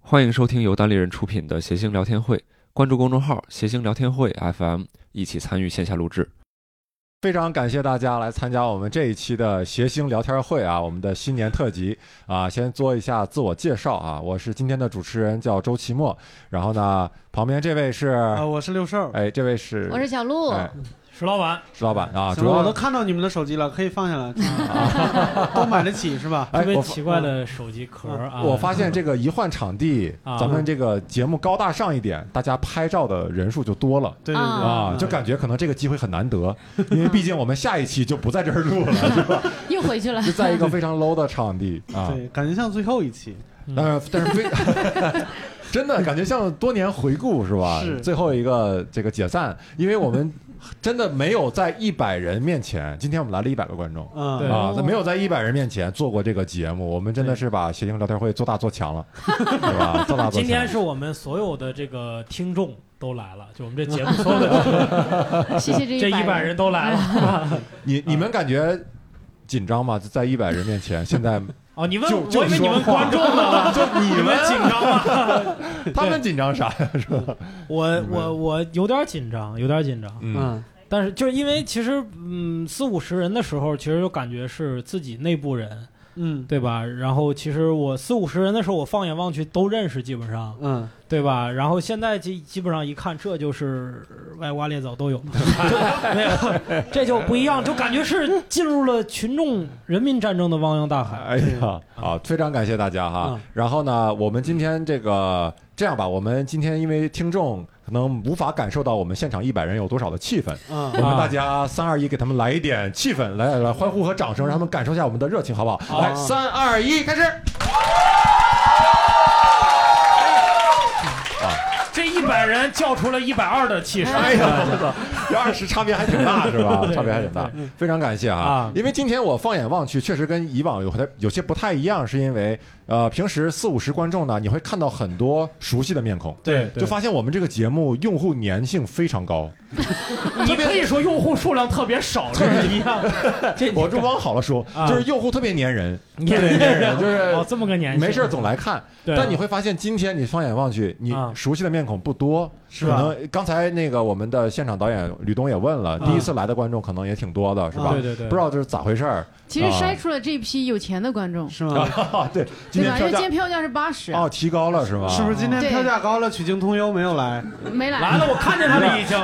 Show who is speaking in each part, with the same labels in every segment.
Speaker 1: 欢迎收听由单立人出品的《谐星聊天会》，关注公众号“谐星聊天会 FM”，一起参与线下录制。
Speaker 2: 非常感谢大家来参加我们这一期的谐星聊天会啊，我们的新年特辑啊，先做一下自我介绍啊，我是今天的主持人叫周奇墨，然后呢，旁边这位是，
Speaker 3: 啊，我是六兽，
Speaker 2: 哎，这位是，
Speaker 4: 我是小鹿，
Speaker 2: 哎
Speaker 3: 石老板。
Speaker 2: 石老板啊，主
Speaker 3: 行了，我都
Speaker 2: 要
Speaker 3: 看到你们的手机了，可以放下 了， 都买得起是吧？
Speaker 2: 哎
Speaker 5: 特别
Speaker 2: 我
Speaker 5: 奇怪的手机壳儿啊！
Speaker 2: 我发现这个一换场 地，
Speaker 5: 啊
Speaker 2: 咱们这个节目高大上一点，大家拍照的人数就多了。
Speaker 3: 对对对，
Speaker 4: 啊
Speaker 2: 啊，就感觉可能这个机会很难得，因为毕竟我们下一期就不在这儿录了，是吧？
Speaker 4: 又回去了。
Speaker 2: 就在一个非常 low 的场地啊。
Speaker 3: 嗯对，感觉像最后一期，
Speaker 2: 但呃是但是非 真的感觉像多年回顾是吧？
Speaker 3: 是
Speaker 2: 最后一个这个解散，因为我 们真的没有在一百人面前，今天我们来了一百个观众。
Speaker 3: 嗯，
Speaker 5: 对
Speaker 2: 啊
Speaker 4: 哦，
Speaker 2: 那没有在一百人面前做过这个节目，我们真的是把谐星聊天会做大做强 了，对吧？做大做
Speaker 5: 今天
Speaker 2: 强。
Speaker 5: 是我们所有的这个听众都来了，就我们 这节目所有的
Speaker 4: 谢谢这
Speaker 5: 这一百
Speaker 4: 百
Speaker 5: 人都来了。
Speaker 2: 你你们感觉紧张吗？在一百人面前，现在
Speaker 5: 哦，你问
Speaker 2: 就就
Speaker 5: 我以为你们
Speaker 2: 说话
Speaker 5: 观众呢，就你们紧张吗？
Speaker 2: 他们紧张啥呀？ 是吧？
Speaker 5: 我我我有点紧张，有点紧张，
Speaker 2: 嗯
Speaker 3: 嗯，
Speaker 5: 但是就是因为其实嗯四五十人的时候，其实就感觉是自己内部人，
Speaker 3: 嗯
Speaker 5: 对吧？然后其实我四五十人的时候，我放眼望去都认识，基本上
Speaker 3: 嗯，
Speaker 5: 对吧？然后现在基基本上一看，这就是歪瓜裂枣都 有，没有，这就不一样，就感觉是进入了群众人民战争的汪洋大海。
Speaker 2: 哎呀，好，非常感谢大家哈
Speaker 3: 嗯。
Speaker 2: 然后呢，我们今天这个这样吧，我们今天因为听众可能无法感受到我们现场一百人有多少的气氛，
Speaker 3: 嗯
Speaker 2: 我们大家三二一，给他们来一点气氛，来来来，欢呼和掌声，让他们感受一下我们的热情，好不好？来，
Speaker 3: 嗯
Speaker 2: 三二一，开始。啊
Speaker 5: 这一百人叫出了一百二的气势，
Speaker 2: 哎呀，我操，这二十差别还挺大是吧？
Speaker 5: 对嗯
Speaker 2: 差别还挺大，非常感谢啊
Speaker 5: 啊！
Speaker 2: 因为今天我放眼望去，确实跟以往有有些不太一样，是因为呃，平时四五十观众呢，你会看到很多熟悉的面孔。
Speaker 5: 对，
Speaker 2: 就发现我们这个节目用户粘性非常高，
Speaker 5: 你可以说用户数量特别少，这是一样。 这
Speaker 2: 我就往好了说，
Speaker 5: 啊
Speaker 2: 就是用户特别粘 人，
Speaker 5: 年
Speaker 2: 特别粘人，就是
Speaker 5: 哦这么个年纪，
Speaker 2: 没事儿总来看。
Speaker 5: 对啊
Speaker 2: 但你会发现，今天你放眼望去，你
Speaker 5: 啊
Speaker 2: 熟悉的面孔不多，
Speaker 5: 是
Speaker 2: 可
Speaker 5: 吧啊
Speaker 2: 能刚才那个我们的现场导演吕东也问了，第一次来的观众可能也挺多的，是吧？
Speaker 3: 啊
Speaker 5: 对对对
Speaker 2: 不知道这是咋回事儿。
Speaker 4: 其实
Speaker 2: 啊
Speaker 4: 筛出了这批有钱的观众，
Speaker 3: 是吗？
Speaker 2: 啊， 对，今
Speaker 4: 对
Speaker 2: 天
Speaker 4: 吧？因
Speaker 2: 票
Speaker 4: 为今
Speaker 2: 价
Speaker 4: 天票价是八十，
Speaker 2: 哦提高了是吗？
Speaker 3: 是不是今天票价高了？曲径通幽没有来，
Speaker 4: 没来。
Speaker 5: 来了，我看见他们已经，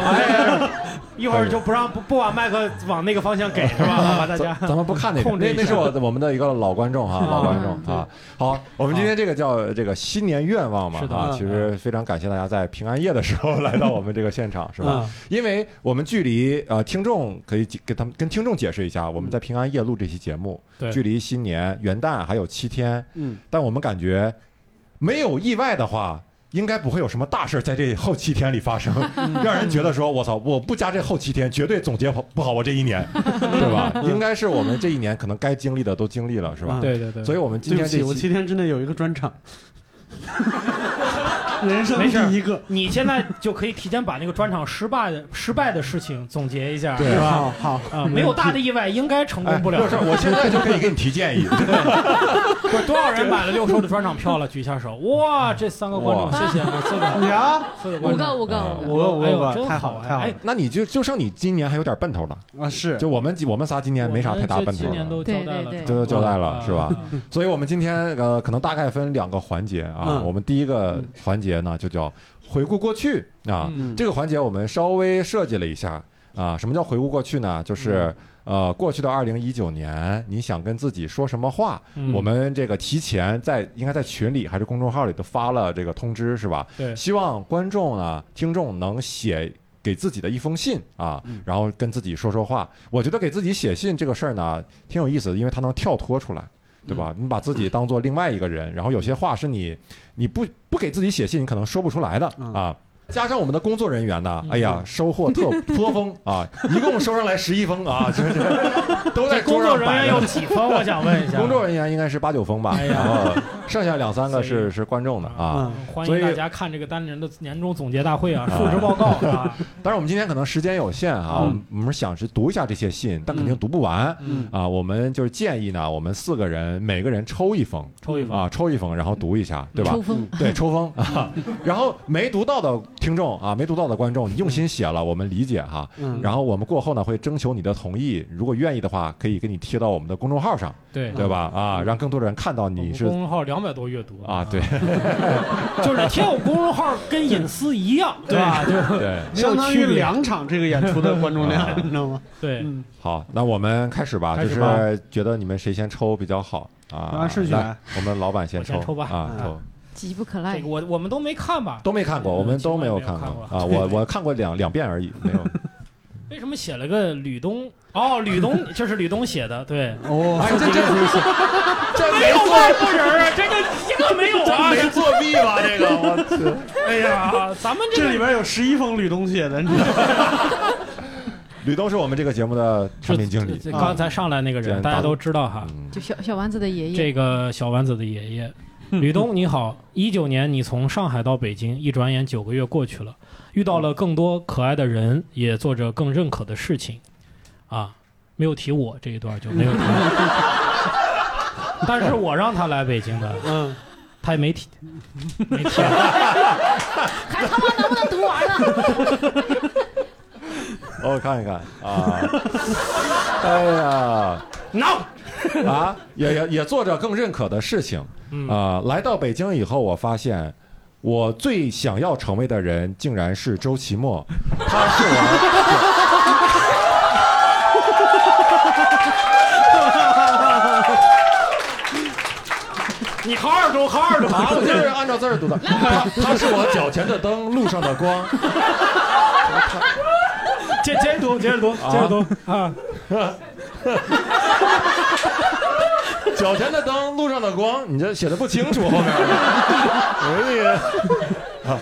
Speaker 5: 一会儿就不让不不把麦克往那个方向给是吧？把大家
Speaker 2: 啊咱咱们不看那个，
Speaker 5: 控制
Speaker 2: 那
Speaker 5: 一下嗯
Speaker 2: 那是我我们的一个老观众哈，老观众
Speaker 4: 对
Speaker 2: 啊。好，我们今天这个叫这个新年愿望嘛
Speaker 5: 是的
Speaker 2: 啊，
Speaker 3: 嗯
Speaker 2: 其实非常感谢大家在平安夜的时候 来到我们这个现场，是吧
Speaker 3: 嗯？
Speaker 2: 因为我们距离呃听众可以解给他们跟听众解释一下，我们在平安夜录这期节目，
Speaker 5: 嗯对
Speaker 2: 距离新年元旦还有七天，
Speaker 3: 嗯，
Speaker 2: 但我们感觉没有意外的话。应该不会有什么大事在这后七天里发生，
Speaker 5: 嗯
Speaker 2: 让人觉得说，我操，我不加这后七天，绝对总结不好我这一 年，对吧？应该是我们这一年可能该经历的都经历了，是吧？
Speaker 3: 嗯
Speaker 5: 对对对，
Speaker 2: 所以我们今
Speaker 3: 对不
Speaker 2: 天这
Speaker 3: 起，我
Speaker 2: 一期
Speaker 3: 七天之内有一个专场，人生
Speaker 5: 没事儿
Speaker 3: 第一个，
Speaker 5: 你现在就可以提前把那个专场失败的失败的事情总结一下，
Speaker 2: 对
Speaker 5: 是吧？
Speaker 3: 好好
Speaker 5: 啊，没有大的意外，应该成
Speaker 2: 哎，
Speaker 5: 功不了。
Speaker 2: 六少，我现在就可以给你提建议，
Speaker 5: 不是多少人买了六兽的专场票了？举一下手。 哇，这三个观众，
Speaker 2: 哇
Speaker 5: 谢谢四个
Speaker 3: 你啊
Speaker 5: 四个观
Speaker 4: 五
Speaker 5: 众
Speaker 4: 个，五个，
Speaker 2: 啊
Speaker 4: 五个。
Speaker 3: 五个五个
Speaker 5: 哎呦
Speaker 3: 五个
Speaker 5: 真
Speaker 3: 太
Speaker 5: 好
Speaker 3: 好了
Speaker 5: 哎
Speaker 3: 太好了
Speaker 5: 哎
Speaker 2: 那你就就剩你今年还有点奔头了。
Speaker 3: 啊是
Speaker 2: 就我们我们仨今年没啥太大奔头
Speaker 5: 今年
Speaker 2: 了，
Speaker 5: 都交代了，
Speaker 4: 对对对
Speaker 2: 都交代了
Speaker 5: 啊
Speaker 2: 是 吧？所以我们今天呃可能大概分两个环节啊。
Speaker 3: 嗯
Speaker 2: 我们第一个环节呢就叫回顾过去啊，
Speaker 3: 嗯
Speaker 2: 这个环节我们稍微设计了一下啊。什么叫回顾过去呢？
Speaker 5: 嗯
Speaker 2: 就是、呃过去的二零一九年，你想跟自己说什么话？
Speaker 5: 嗯
Speaker 2: 我们这个提前在应该在群里还是公众号里都发了这个通知是吧？
Speaker 5: 对
Speaker 2: 希望观众啊听众能写。给自己的一封信啊，然后跟自己说说话。我觉得给自己写信这个事儿呢，挺有意思的，因为它能跳脱出来，对吧？你把自己当做另外一个人，然后有些话是你你不不给自己写信，你可能说不出来的
Speaker 3: 嗯
Speaker 2: 啊。加上我们的工作人员呢，哎呀，收获特
Speaker 5: 哎
Speaker 2: 颇丰 啊！一共收上来十一封啊，就是都在
Speaker 5: 这工
Speaker 2: 桌
Speaker 5: 作
Speaker 2: 上
Speaker 5: 人
Speaker 2: 摆
Speaker 5: 员
Speaker 2: 着
Speaker 5: 有几分？我想问一下。
Speaker 2: 工作人员应该是八九封吧，
Speaker 5: 哎呀
Speaker 2: 然后剩下两三个
Speaker 5: 所
Speaker 2: 是
Speaker 5: 以
Speaker 2: 是观众的啊。
Speaker 5: 嗯欢
Speaker 2: 所
Speaker 5: 迎
Speaker 2: 以
Speaker 5: 大家看这个单立人的年终总结大会啊，述职 报告啊，
Speaker 2: 当然，我们今天可能时间有限啊，
Speaker 5: 嗯
Speaker 2: 我们我们想是读一下这些信，但肯定读不完
Speaker 3: 嗯
Speaker 2: 啊。我们就是建议呢，我们四个人每个人抽一封
Speaker 5: 抽一封
Speaker 2: 啊，抽一封，然后读一下，对吧
Speaker 4: 抽？风，
Speaker 2: 对，抽风啊。然后没读到的听众啊，没读到的观众，你用心写了，我们理解哈。
Speaker 3: 嗯，
Speaker 2: 然后我们过后呢，会征求你的同意，如果愿意的话，可以给你贴到我们的公众号上，
Speaker 5: 对
Speaker 2: 对吧？啊，让更多的人看到
Speaker 5: 我
Speaker 2: 你
Speaker 5: 们
Speaker 2: 是
Speaker 5: 公众号两百多阅 读
Speaker 2: 啊，对
Speaker 5: 就是贴我公众号跟隐私一样， 对吧？就
Speaker 2: 对。
Speaker 5: 没有
Speaker 3: 相当
Speaker 5: 区
Speaker 3: 于
Speaker 5: 别
Speaker 3: 两场这个演出的观众
Speaker 2: 啊
Speaker 3: 量，你知道吗？
Speaker 5: 对，
Speaker 3: 嗯，
Speaker 2: 好，那我们开始吧，
Speaker 5: 开
Speaker 2: 就
Speaker 5: 始吧
Speaker 2: 是觉得你们谁先抽比较好啊？
Speaker 3: 按顺序
Speaker 2: 来
Speaker 3: 来，
Speaker 2: 我们老板先
Speaker 5: 我先抽吧
Speaker 2: 啊，
Speaker 3: 啊
Speaker 2: 抽
Speaker 4: 急不可
Speaker 5: 这
Speaker 4: 耐
Speaker 5: 个。我我们都没看吧？
Speaker 2: 都没看过，我们都没有看过
Speaker 5: 嗯
Speaker 2: 啊，我我看过两两遍而已， 没有。
Speaker 5: 为什么写了个吕东？哦，吕东， 这是吕东写的，对，哎
Speaker 3: 哦，
Speaker 2: 这这这
Speaker 5: 没有外国人啊，这个一个没有啊，
Speaker 2: 没作弊吧？这 个我
Speaker 5: 哎呀，咱们这
Speaker 3: 这
Speaker 5: 个
Speaker 3: 里边有十一封吕东写的，你知道吗？
Speaker 2: 吕东是我们这个节目的产品经理
Speaker 5: 这，这刚才上来那个人，
Speaker 2: 啊
Speaker 5: 大家都知道 哈，
Speaker 2: 嗯
Speaker 4: 就小小丸子的爷爷，
Speaker 5: 这个小丸子的爷爷。吕东，你好！一九年你从上海到北京，一转眼九个月过去了，遇到了更多可爱的人，也做着更认可的事情，啊，没有提我这一段就没有提我，但是我让他来北京的，
Speaker 3: 嗯，
Speaker 5: 他也没提，没提。
Speaker 4: 还他妈能不能读完啊了？
Speaker 2: 哦我看一看啊， 哎呀
Speaker 5: no，
Speaker 2: 啊，也也也做着更认可的事情
Speaker 5: 嗯
Speaker 2: 啊、来到北京以后，我发现我最想要成为的人，竟然是周奇墨，他是我。
Speaker 5: 你好耳朵，好耳朵。
Speaker 2: 啊，我 就是按照字儿读的。他他是我脚前的灯，路上的光。
Speaker 5: 接接着读，接着读，接着读啊！
Speaker 2: 脚前的灯，路上的光，你这写的不清楚后面。 哎我这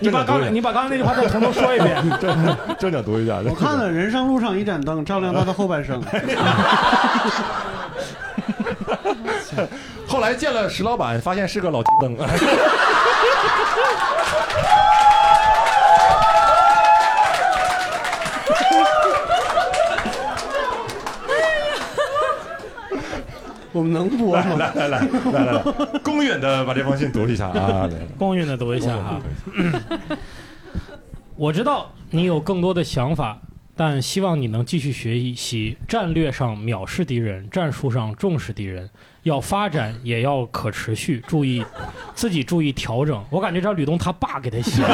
Speaker 5: 你
Speaker 2: 个，
Speaker 5: 把
Speaker 2: 啊，
Speaker 5: 刚才你把刚才那句话再从头说一遍。
Speaker 2: 正正经读一下。哎
Speaker 3: 我看了《人生路上一盏灯》，照亮他的后 半生。
Speaker 2: 后来见了石老板，发现是个老灯。啊
Speaker 3: 我们能播吗？
Speaker 2: 来来来来来，公允的把这封信读一下啊！来
Speaker 5: 公允的读一下
Speaker 2: 啊
Speaker 5: 哈。 我知道你有更多的想法，但希望你能继续学习战略上藐视敌人，战术上重视敌人，要发展也要可持续，注意自己注意调整。我感觉这吕东他爸给他 写的，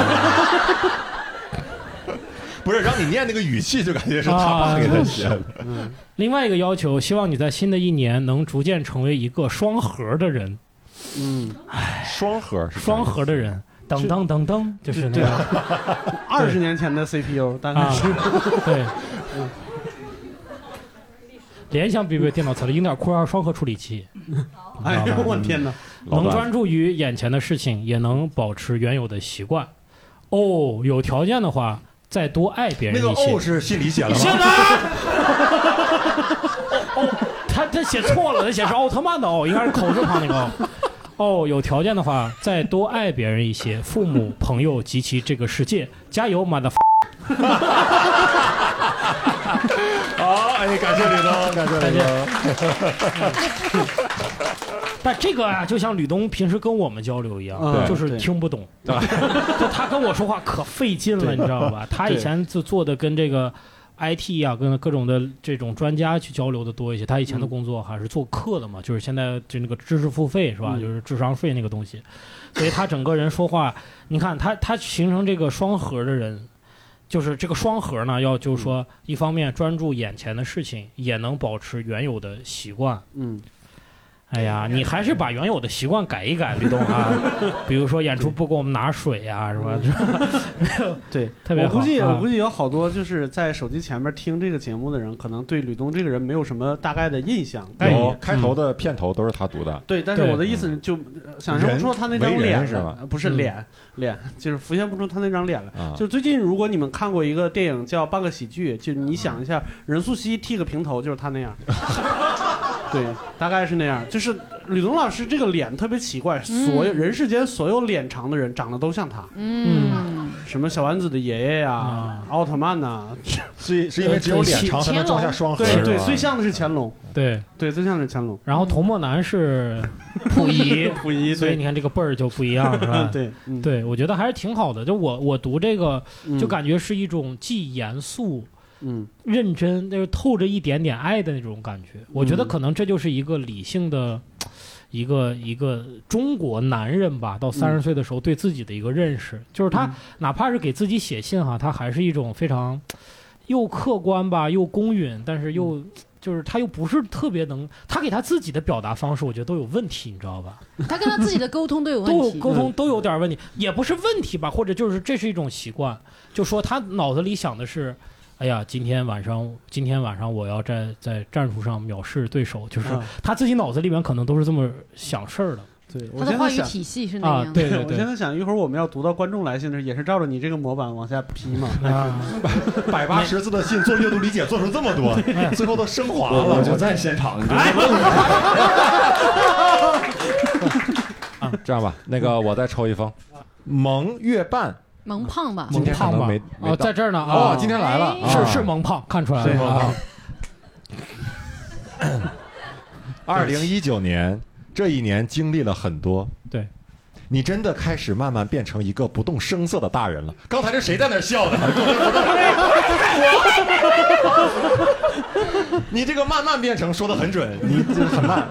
Speaker 2: 不是让你念那个语气，就感觉是
Speaker 5: 啊
Speaker 2: 他爸给他写的。
Speaker 5: 另外一个要求，希望你在新的一年能逐渐成为一个双核的人，
Speaker 3: 嗯，
Speaker 2: 双核是吧
Speaker 5: 双核的人，噔噔噔噔，就是 那个。啊
Speaker 3: 二十年前的 CPU，但是
Speaker 5: 对，联想笔记本电脑材料英特尔酷二双核处理器，
Speaker 3: 哎呦我天哪！
Speaker 2: 老
Speaker 5: 嗯能
Speaker 2: 板
Speaker 5: 专注于眼前的事情，也能保持原有的习惯。哦，有条件的话，再多爱别
Speaker 2: 那
Speaker 5: 人
Speaker 2: 个
Speaker 5: 一些。
Speaker 3: 哦
Speaker 2: O 是信里写的
Speaker 5: 你现
Speaker 2: 吗？
Speaker 5: 在，哦哦，他他写错了，他写是奥特曼的哦，应该是口字旁那个哦。哦，有条件的话，再多爱别人一些，父母、朋友及其这个世界，加油，妈的！
Speaker 2: 好，哎，感谢吕东，感谢吕东。
Speaker 5: 嗯但这个啊，就像吕东平时跟我们交流一样，
Speaker 3: 嗯
Speaker 5: 就是
Speaker 3: 对
Speaker 5: 听不懂。
Speaker 2: 对
Speaker 5: 就他跟我说话可费劲了，
Speaker 2: 对
Speaker 5: 你知道 吧？他以前就做的跟这个 IT 啊，跟各种的这种专家去交流的多一些。他以前
Speaker 3: 嗯
Speaker 5: 的工作还是做课的嘛，就是现在就那个知识付费是吧？
Speaker 3: 嗯
Speaker 5: 就是智商税那个东西，所以他整个人说话，你看他他形成这个双核的人。就是这个双核呢，要
Speaker 3: 嗯
Speaker 5: 就是说，一方面专注眼前的事情，也能保持原有的习惯，
Speaker 3: 嗯，
Speaker 5: 哎呀，你还是把原有的习惯改一改，吕东 啊，比如说演出不给我们拿水呀、是吧？
Speaker 3: 对，
Speaker 5: 特别
Speaker 3: 我
Speaker 5: 好
Speaker 3: 估计
Speaker 5: 啊
Speaker 3: 我估计有好多就是在手机前面听这个节目的人，可能对吕东这个人没有什么大概的印象。但
Speaker 5: 哎
Speaker 2: 有
Speaker 5: 嗯
Speaker 2: 开头的片头都是他读的，
Speaker 3: 对，但是
Speaker 5: 对
Speaker 3: 我的意思是就呃想
Speaker 2: 嗯
Speaker 3: 象
Speaker 2: 人
Speaker 3: 不出他那张
Speaker 2: 为人
Speaker 3: 脸
Speaker 2: 是
Speaker 3: 来
Speaker 2: 吧
Speaker 3: 呃不是
Speaker 5: 嗯
Speaker 3: 脸脸，就是浮现不出他那张脸来。
Speaker 2: 啊，
Speaker 3: 就最近，如果你们看过一个电 影叫《半个喜剧》，就你想一下，任素汐剃个平头就是他那样，对，大概是那样。就是吕东老师这个脸特别奇怪，所有人世间所有脸长的人长得都像他，
Speaker 4: 嗯，
Speaker 3: 什么小丸子的爷爷呀、
Speaker 2: 嗯
Speaker 5: 啊
Speaker 3: 奥特曼 呐、
Speaker 2: 是是因为只有脸长才能装下双核，
Speaker 3: 对对，
Speaker 2: 是吧
Speaker 3: 最像的是乾隆，
Speaker 5: 对。
Speaker 3: 对，最像的是乾隆。
Speaker 5: 然后童漠男是溥仪，
Speaker 3: 溥仪
Speaker 5: 所以你看这个辈儿就不一样，是吧
Speaker 3: 嗯？ 对嗯
Speaker 5: 对，我觉得还是挺好的。就我我读这个，
Speaker 3: 嗯
Speaker 5: 就感觉是一种既严肃、
Speaker 3: 嗯
Speaker 5: 认真，就是透着一点点爱的那种感觉。我觉得
Speaker 3: 嗯
Speaker 5: 可能这就是一个理性的，一个一个中国男人吧，到三十岁的时候对自己的一个认识，就是他
Speaker 3: 嗯
Speaker 5: 哪怕是给自己写信哈，他还是一种非常又客观吧，又公允，但是又。
Speaker 3: 嗯
Speaker 5: 就是他又不是特别能，他给他自己的表达方式，我觉得都有问题，你知道吧？
Speaker 4: 他跟他自己的沟通都有
Speaker 5: 都
Speaker 4: 问
Speaker 5: 有
Speaker 4: 题，嗯
Speaker 5: 沟通都有点问题，也不是问题吧，或者就是这是一种习惯，就说他脑子里想的是，哎呀，今天晚上今天晚上我要在在战术上藐视对手，就是
Speaker 3: 啊
Speaker 5: 他自己脑子里面可能都是这么想事儿的
Speaker 3: 对，我
Speaker 4: 他
Speaker 3: 现
Speaker 4: 的
Speaker 3: 在
Speaker 4: 话语
Speaker 3: 想。
Speaker 4: 体系是那
Speaker 5: 啊
Speaker 4: 样，的。
Speaker 5: 对对
Speaker 3: 我现
Speaker 5: 对。
Speaker 3: 在想，一会儿我们要读到观众来信的时候，也是照着你这个模板往下批嘛。
Speaker 5: 啊，
Speaker 2: 百八十字的信做阅读理解做成这么多，
Speaker 5: 哎
Speaker 2: 最后都升华了。哎
Speaker 1: 就在现场，你就
Speaker 2: 啊这样吧，那个我再抽一封，萌月半
Speaker 4: 萌胖吧，
Speaker 2: 今
Speaker 5: 萌
Speaker 2: 天可
Speaker 5: 啊胖
Speaker 2: 能
Speaker 5: 吧
Speaker 2: 没？没
Speaker 5: 哦，
Speaker 2: 到
Speaker 5: 在这儿呢
Speaker 2: 哦
Speaker 5: 啊，，
Speaker 2: 今天来了，
Speaker 4: 哎
Speaker 5: 是
Speaker 2: 啊
Speaker 5: 是萌胖，看出来
Speaker 2: 对
Speaker 5: 了
Speaker 2: 萌
Speaker 5: 啊
Speaker 2: 胖。二零一九年这一年经历了很多，
Speaker 5: 对，
Speaker 2: 你真的开始慢慢变成一个不动声色的大 人了。刚才是谁在那儿笑呢？你这个慢慢变成说的很准，你这很慢。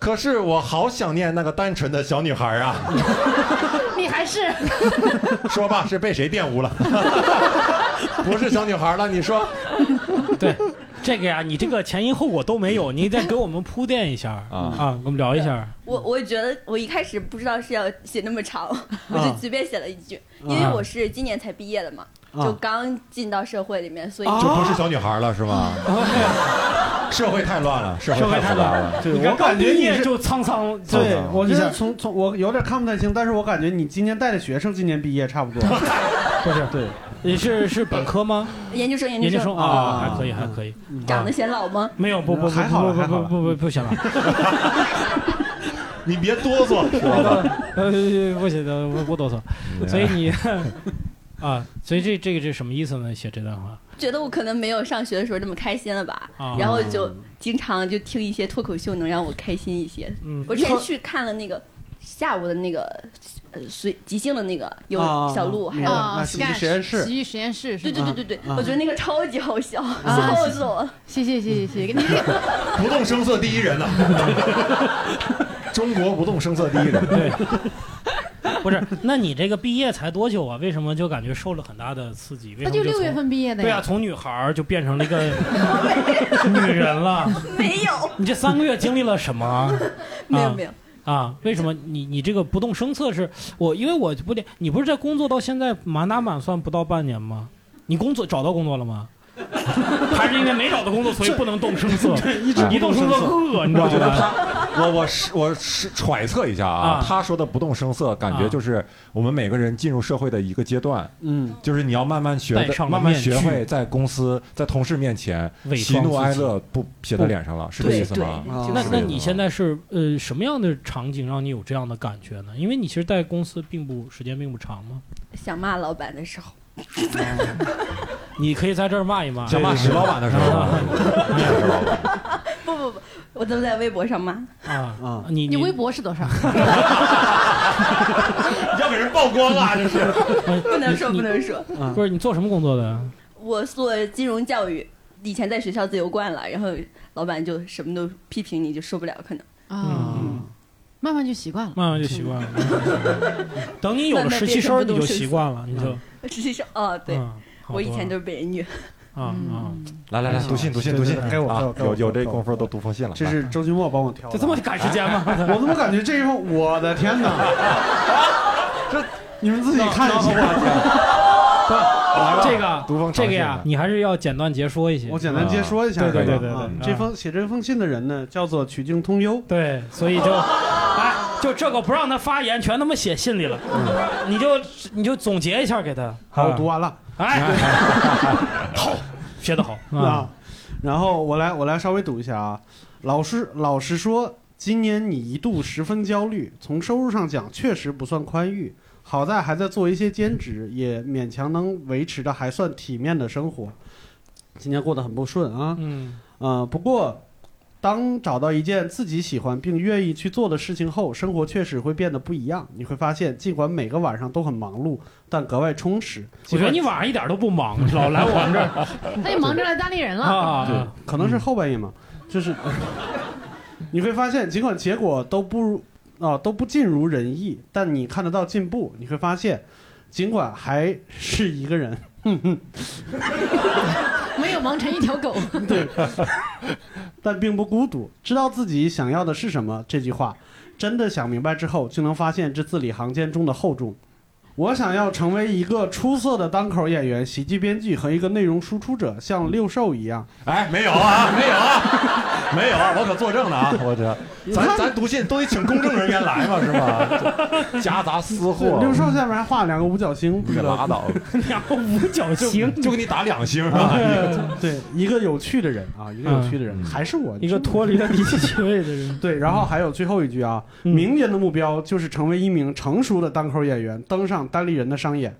Speaker 2: 可是我好想念那个单纯的小女孩啊！
Speaker 4: 你 还是
Speaker 2: 说吧，是被谁玷污了？ 不是小女孩了，你说
Speaker 5: 对， 这个呀，你这个前因后果都没有，你再给我们铺垫一下啊，给我们聊一下。
Speaker 6: 我我觉得我一开始不知道是要写那么长，我就随便写了一句，因为我是今年才毕业的嘛，
Speaker 3: 啊
Speaker 6: 就刚进到社会里面，所以
Speaker 2: 就不是小女孩了，是吗？社会太乱了，社
Speaker 5: 社会
Speaker 2: 太
Speaker 5: 太
Speaker 2: 复杂
Speaker 5: 乱
Speaker 2: 了。
Speaker 3: 对，
Speaker 5: 你看
Speaker 3: 我感觉
Speaker 5: 刚毕
Speaker 3: 你
Speaker 5: 业
Speaker 3: 是
Speaker 5: 就沧桑，
Speaker 3: 对，
Speaker 2: 嗯
Speaker 3: 我
Speaker 5: 一
Speaker 3: 觉
Speaker 5: 下
Speaker 3: 得从从我有点看不太清，但是我感觉你今年带的学生今年毕业差 不多。
Speaker 5: 不是
Speaker 3: 对，
Speaker 5: 你是是本科吗？
Speaker 6: 研究生研
Speaker 5: 研究
Speaker 6: 究
Speaker 5: 生
Speaker 6: 生
Speaker 5: 啊，
Speaker 3: 啊
Speaker 5: 还可以，还可以。
Speaker 6: 长得显老吗？
Speaker 5: 没有，不不，
Speaker 3: 还好了
Speaker 5: 不
Speaker 3: 还好
Speaker 5: 不
Speaker 3: 了
Speaker 5: 不不不行 了，
Speaker 2: 你别哆 嗦，知道吧？
Speaker 5: 呃，不行的，我我哆嗦。所以你 啊，所以这这个这什么意思呢？写这段话
Speaker 6: 觉得我可能没有上学的时候这么开心了吧，
Speaker 5: 啊，
Speaker 6: 然后就经常就听一些脱口秀，能让我开心一些。
Speaker 5: 嗯，
Speaker 6: 我之前去看了那个下午的那个呃随即兴的那个有
Speaker 3: 啊
Speaker 6: 小鹿，还
Speaker 3: 明白
Speaker 6: 有。
Speaker 4: 啊，
Speaker 3: 那喜剧实验室
Speaker 4: 洗浴实验室是
Speaker 6: 对
Speaker 4: 吧？
Speaker 6: 对对对对，
Speaker 3: 啊
Speaker 6: 我觉得那个超级好笑，笑死我了！
Speaker 4: 谢谢谢谢谢谢，你这个
Speaker 2: 不动声色第一人呢、 中国不动声色第一人。
Speaker 5: 不是，那你这个毕业才多久啊？为什么就感觉受了很大的刺激？为
Speaker 4: 他
Speaker 5: 什么
Speaker 4: 就
Speaker 5: 从
Speaker 4: 六月。份毕业的
Speaker 5: 对啊，
Speaker 4: 呀，
Speaker 5: 从女孩儿就变成了 一个女人了。
Speaker 6: 没有，
Speaker 5: 你这三个月经历了什么啊？
Speaker 6: 没有，没有，
Speaker 5: 啊，为什么你你这个不动声色是我？因为我不了，你不是在工作到现在满打满算不到半年吗？你工作找到工作了吗？还是因为没找到工作， 所以不能动声色，啊一
Speaker 2: 直
Speaker 5: 动声色饿，你知道
Speaker 2: 哎我觉得
Speaker 5: 吗？
Speaker 2: 他，我我是我是揣测一下啊，
Speaker 5: 啊
Speaker 2: 他说的不动声色，感觉就是我们每个人进入社会的一个阶段，
Speaker 3: 嗯，
Speaker 2: 就是你要慢慢学
Speaker 5: 戴
Speaker 2: 的，
Speaker 5: 上了
Speaker 2: 慢慢
Speaker 5: 面具
Speaker 2: 学会在公司、在同事面前
Speaker 5: 伪装
Speaker 2: 喜怒
Speaker 5: 自己
Speaker 2: 哀乐不写在脸上了，是这意思吗？
Speaker 3: 啊
Speaker 5: 那
Speaker 2: 是的
Speaker 5: 那你现在是呃什么样的场景让你有这样的感觉呢？因为你其实在公司并不时间并不长嘛，
Speaker 6: 想骂老板的时候，
Speaker 5: 你可以在这儿骂一骂，
Speaker 2: 想骂石老板的时候
Speaker 5: 啊，
Speaker 2: 石老板
Speaker 6: 不不不，我都在微博上骂。
Speaker 5: 啊
Speaker 3: 啊，
Speaker 5: 你
Speaker 4: 你微博是多少？
Speaker 2: 要给人曝光啊，这是。
Speaker 6: 不能说，
Speaker 5: 呃你
Speaker 6: 不能说。
Speaker 3: 啊
Speaker 5: 不是你做什么工作的？
Speaker 6: 我做金融教育，以前在学校自由惯了，然后老板就什么都批评你，就受不了，可能
Speaker 4: 啊，
Speaker 5: 嗯
Speaker 4: 慢慢就习惯了。
Speaker 5: 慢慢就习惯了。 等你有了
Speaker 6: 啊嗯慢慢
Speaker 5: 实习
Speaker 6: 变成
Speaker 5: 生儿，
Speaker 6: 不
Speaker 5: 你
Speaker 6: 动
Speaker 5: 就
Speaker 6: 声
Speaker 5: 习
Speaker 6: 色
Speaker 5: 惯
Speaker 3: 嗯
Speaker 5: 了，你就啊
Speaker 6: 实习生 哦，对、
Speaker 5: 嗯好
Speaker 6: 我以
Speaker 5: 多
Speaker 6: 前
Speaker 5: 了
Speaker 6: 都是被人虐。
Speaker 5: 啊啊。
Speaker 6: 嗯
Speaker 2: 来来来，读信读信
Speaker 3: 对
Speaker 2: 读
Speaker 3: 对
Speaker 2: 信，
Speaker 3: 该我该
Speaker 2: 啊
Speaker 3: 我，该我
Speaker 2: 有有这
Speaker 3: 该我
Speaker 2: 功夫都读封信了，啊
Speaker 3: 这是周君墨帮我挑的。
Speaker 5: 就这么赶时间吗？
Speaker 3: 我怎么感觉这一份，我的天哪！ 这你们自己看一 下，
Speaker 5: 这
Speaker 3: 啊
Speaker 5: 个
Speaker 2: 读封长
Speaker 5: 这
Speaker 2: 信
Speaker 5: 个呀
Speaker 2: 了，
Speaker 5: 你还是要简短截说一些。
Speaker 3: 我简单接说一下。
Speaker 5: 对对
Speaker 2: 啊对
Speaker 3: 是吧
Speaker 5: 对对
Speaker 3: 啊
Speaker 5: 对
Speaker 3: 这封写这封信的人呢，叫做曲径通幽。
Speaker 5: 对，所 以就，哎，就这个不让他发言，全他妈写信里了。你就你就总结一下给他。
Speaker 3: 嗯好，我
Speaker 5: 啊
Speaker 3: 读完了
Speaker 5: 哎， 好，写得好嗯
Speaker 3: 啊。然后我来我来稍微读一下啊，老师，老实说，今年你一度十分焦虑，从收入上讲确实不算宽裕，好在还在做一些兼职，也勉强能维持着还算体面的生活。今年过得很不顺啊，
Speaker 5: 嗯
Speaker 3: 呃，不过，当找到一件自己喜欢并愿意去做的事情后，生活确实会变得不一样。你会发现，尽管每个晚上都很忙碌，但格外充实。
Speaker 5: 我觉得你晚上一点都不忙，老来我们这 儿
Speaker 6: 哎
Speaker 4: 他就忙着来单立人了。
Speaker 5: 啊，
Speaker 3: 可能是后半夜嘛，就是、 你会发现，尽管结果都不如啊、都不尽如人意，但你看得到进步。你会发现，尽管还是一个人，
Speaker 5: 啊
Speaker 4: 没有忙成一条狗。
Speaker 3: 但并不孤独。知道自己想要的是什么，这句话真的想明白之后，就能发现这字里行间中的厚重。我想要成为一个出色的单口演员、喜剧编剧和一个内容输出者，像六兽一样。
Speaker 2: 哎，没有啊，没有啊，没有啊，我可作证 呢啊！我这， 咱咱读信都得请公证人员来嘛，是 吧？这 夹杂私
Speaker 3: 对
Speaker 2: 货，
Speaker 3: 六兽下面还画了两个五角星，不
Speaker 2: 你
Speaker 3: 知
Speaker 2: 可
Speaker 3: 道
Speaker 2: 拉倒，
Speaker 5: 两个五角星，
Speaker 2: 就给你打两星啊！
Speaker 3: 对，一个有趣的人啊，一个有趣的人，
Speaker 2: 嗯
Speaker 3: 还是我
Speaker 5: 一个脱离了第七趣味的人，
Speaker 3: 对，然后还有最后一句啊，
Speaker 5: 嗯
Speaker 3: 明年的目标就是成为一名成熟的单口演员，登上单立人的商演。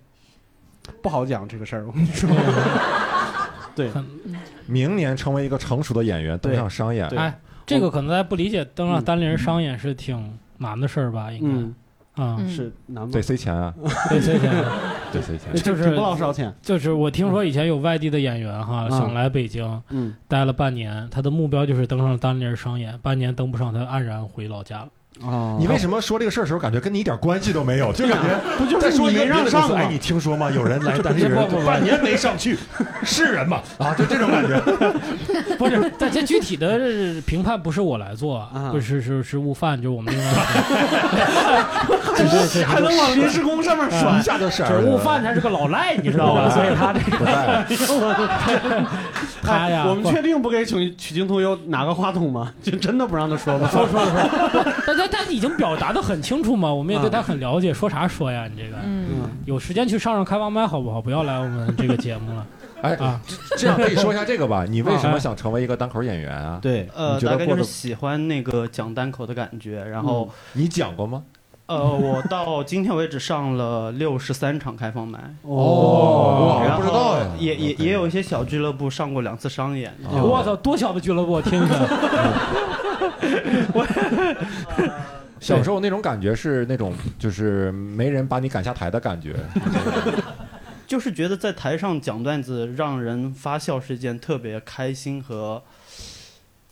Speaker 3: 不好讲这个事儿，我跟你 说，对，
Speaker 2: 明年成为一个成熟的演员，登上商演
Speaker 3: 对，
Speaker 5: 哎，这个可能大家不理解，登上单立人商演是挺难的事儿吧？应
Speaker 3: 嗯，
Speaker 5: 该啊，
Speaker 4: 嗯
Speaker 3: 是难吗？
Speaker 2: 得塞钱 啊，
Speaker 5: 对，谢谢。
Speaker 2: 得塞钱。
Speaker 5: 就是
Speaker 3: 挺不老少钱，
Speaker 5: 就是我听说以前有外地的演员哈，
Speaker 3: 嗯
Speaker 5: 想来北京
Speaker 3: 嗯，
Speaker 5: 待了半年，他的目标就是登上单立人商演，半年登不上，他黯然回老家了。
Speaker 3: 哦
Speaker 2: 你为什么说这个事儿的时候，感觉跟你一点关系都没有？就感觉
Speaker 3: 不就
Speaker 2: 在
Speaker 3: 是
Speaker 2: 说
Speaker 3: 你
Speaker 2: 一个
Speaker 3: 没
Speaker 2: 别的公
Speaker 3: 让上
Speaker 2: 司哎，
Speaker 3: 吗
Speaker 2: 你？听说吗？有 人来单立人
Speaker 5: 不不不
Speaker 2: 半年没上去， 是人吗？啊，就这种感 觉。
Speaker 5: 不是，但这具体的 评判不是我来做，
Speaker 3: 啊
Speaker 5: 不是是是悟饭，就是我们另 外一个对对对
Speaker 3: 还能往临时工上面
Speaker 2: 一
Speaker 3: 甩？
Speaker 2: 下就闪
Speaker 5: 就
Speaker 2: 了。
Speaker 5: 是悟饭他是个老赖，你知道 吧？所以他这
Speaker 2: 哎不 带
Speaker 5: 他呀
Speaker 3: 哎我们确定不给曲曲靖通幽拿个话筒吗？ 就真的不让他说吗？说说说，
Speaker 5: 大家他已经表达的很清楚嘛，我们也
Speaker 3: 啊
Speaker 5: 对他很了解，说啥说呀？你这个
Speaker 4: 嗯，
Speaker 5: 有时间去上上开放麦好不好？不要来我们这个节目了
Speaker 2: 哎
Speaker 5: 啊，
Speaker 2: 这这样可以说一下这 个吧？你为什么想成为一个单口演员啊？
Speaker 3: 对，
Speaker 7: 呃，
Speaker 2: 你觉得
Speaker 7: 大概
Speaker 2: 过
Speaker 7: 就
Speaker 2: 得
Speaker 7: 是喜欢那个讲单口的感觉，然
Speaker 5: 嗯
Speaker 7: 后、
Speaker 2: 你讲过吗？
Speaker 7: 呃，我到今天为止上了六十三场开放麦，
Speaker 2: 哦哇我
Speaker 7: 然
Speaker 2: 不
Speaker 7: 后
Speaker 2: 知道呀
Speaker 7: 也也
Speaker 2: OK
Speaker 7: 也有一些小俱乐部上过两次商演，
Speaker 2: 哦
Speaker 5: 我操，多小的俱乐部，我听一下。
Speaker 2: 小时候那种感觉是那种，就是没人把你赶下台的感觉。
Speaker 7: 就是觉得在台上讲段子让人发笑是一件特别开心和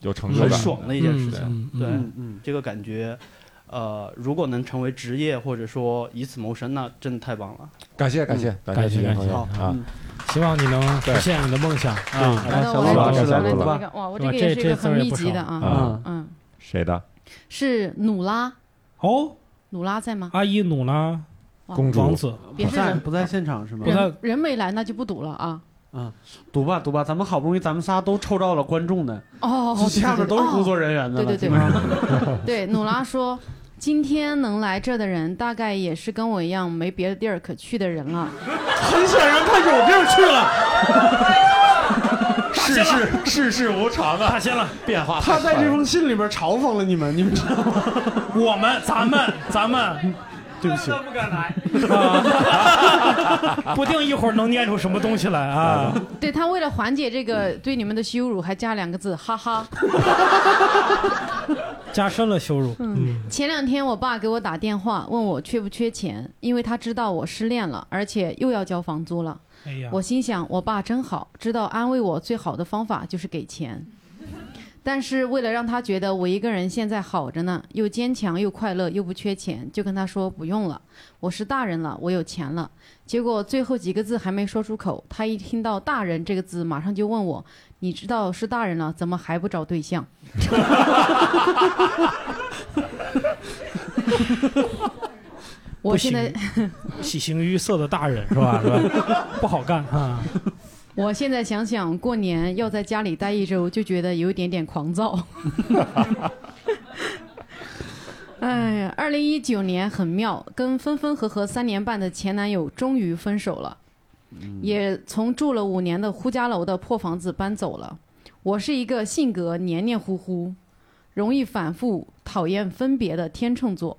Speaker 2: 有成就
Speaker 7: 很
Speaker 2: 感，
Speaker 7: 爽的一件事
Speaker 5: 嗯
Speaker 7: 情。
Speaker 5: 嗯
Speaker 7: 对
Speaker 5: 嗯，
Speaker 3: 嗯嗯，
Speaker 7: 这个感觉，呃，如果能成为职业或者说以此谋生，那真的太棒了。
Speaker 2: 感谢感谢
Speaker 5: 嗯感
Speaker 2: 感
Speaker 5: 谢
Speaker 2: 谢
Speaker 5: 感
Speaker 2: 朋
Speaker 5: 谢
Speaker 2: 友啊！嗯
Speaker 3: 嗯
Speaker 5: 希望你能实现你的梦想。
Speaker 7: 啊，
Speaker 4: 那
Speaker 2: 小
Speaker 4: 我
Speaker 2: 鹿
Speaker 4: 来
Speaker 2: 老
Speaker 4: 读
Speaker 2: 师
Speaker 4: 一个，
Speaker 2: 来
Speaker 4: 我来
Speaker 2: 读
Speaker 4: 读
Speaker 2: 吧
Speaker 4: 一个。哇，我
Speaker 5: 哇
Speaker 4: 这个
Speaker 5: 这
Speaker 4: 也是一
Speaker 5: 这
Speaker 4: 个
Speaker 5: 字
Speaker 4: 很
Speaker 5: 儿也
Speaker 4: 密
Speaker 5: 不
Speaker 4: 集
Speaker 5: 少
Speaker 4: 的啊。
Speaker 2: 啊，
Speaker 4: 嗯，
Speaker 2: 谁的？
Speaker 4: 是努拉，
Speaker 5: 哦，
Speaker 4: 努拉在吗？
Speaker 5: 阿依努拉
Speaker 4: 哇
Speaker 2: 公
Speaker 5: 王
Speaker 2: 主
Speaker 5: 子，
Speaker 4: 别
Speaker 3: 不
Speaker 4: 是
Speaker 3: 在
Speaker 4: 人
Speaker 3: 不在现场是吗
Speaker 5: 不？在
Speaker 4: 人人没来，那就不赌了啊。
Speaker 3: 读吧读吧，咱们好不容易咱们仨都抽到了观众的，
Speaker 4: 哦，对
Speaker 3: 下面都是工。
Speaker 4: 对对哦
Speaker 3: 作人员的了，
Speaker 4: 对对对
Speaker 3: 基本上
Speaker 4: 对，努拉说，今天能来这的人，大概也是跟我一样没别的地儿可去的人了。
Speaker 3: 很显然他有地儿去了，
Speaker 2: 世事世事无常啊，
Speaker 5: 大仙了，
Speaker 2: 变化
Speaker 3: 他
Speaker 2: 太
Speaker 3: 在
Speaker 2: 快
Speaker 3: 这
Speaker 2: 了
Speaker 3: 封信里边嘲讽了你们，你们知道吗？
Speaker 5: 我们咱们 咱们
Speaker 3: 对不起，
Speaker 5: 不敢来， 不定一会儿能念出什么东西来啊！
Speaker 4: 对他为了缓解这个对你们的羞辱，还加两个字，哈哈。
Speaker 5: 加深了羞辱，嗯，
Speaker 4: 前两天我爸给我打电话，问我缺不缺钱，因为他知道我失恋了，而且又要交房租了。
Speaker 5: 哎呀，
Speaker 4: 我心想，我爸真好，知道安慰我最好的方法就是给钱。但是为了让他觉得我一个人现在好着呢，又坚强又快乐又不缺钱，就跟他说不用了，我是大人了，我有钱了。结果最后几个字还没说出口，他一听到“大人”这个字，马上就问我：“你知道是大人了，怎么还不找对象？” 我
Speaker 5: 不
Speaker 4: 现
Speaker 5: 行
Speaker 4: 在
Speaker 5: 喜形于色的大人是吧？是吧？不好干啊！
Speaker 4: 我现在想想，过年要在家里待一周，就觉得有一点点狂躁。哎呀，二零一九年很妙，跟分分合合三年半的前男友终于分手了，也从住了五年的呼家楼的破房子搬走了。我是一个性格黏黏糊糊、容易反复讨厌分别的天秤座。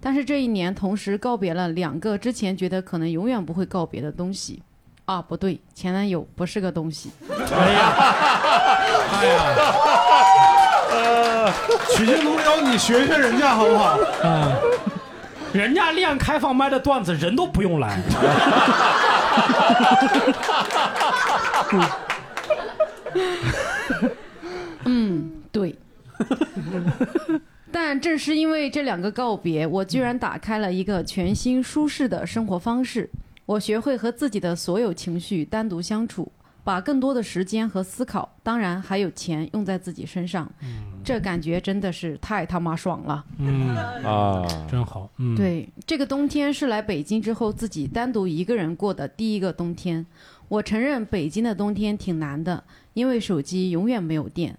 Speaker 4: 但是这一年同时告别了两个之前觉得可能永远不会告别的东西，啊，不对，前男友不是个东西。
Speaker 5: 哎
Speaker 4: 哎
Speaker 3: 曲靖龙妖，你学学人家好不好？
Speaker 5: 啊，人家练开放麦的段子，人都不用 来。
Speaker 4: 嗯对。但正是因为这两个告别，我居然打开了一个全新舒适的生活方式。我学会和自己的所有情绪单独相处，把更多的时间和思考，当然还有钱用在自己身上。这感觉真的是太他妈爽了。
Speaker 5: 嗯，
Speaker 2: 啊，
Speaker 5: 真好。嗯，，
Speaker 4: 对，这个冬天是来北京之后自己单独一个人过的第一个冬天。我承认北京的冬天挺难的，因为手机永远没有电。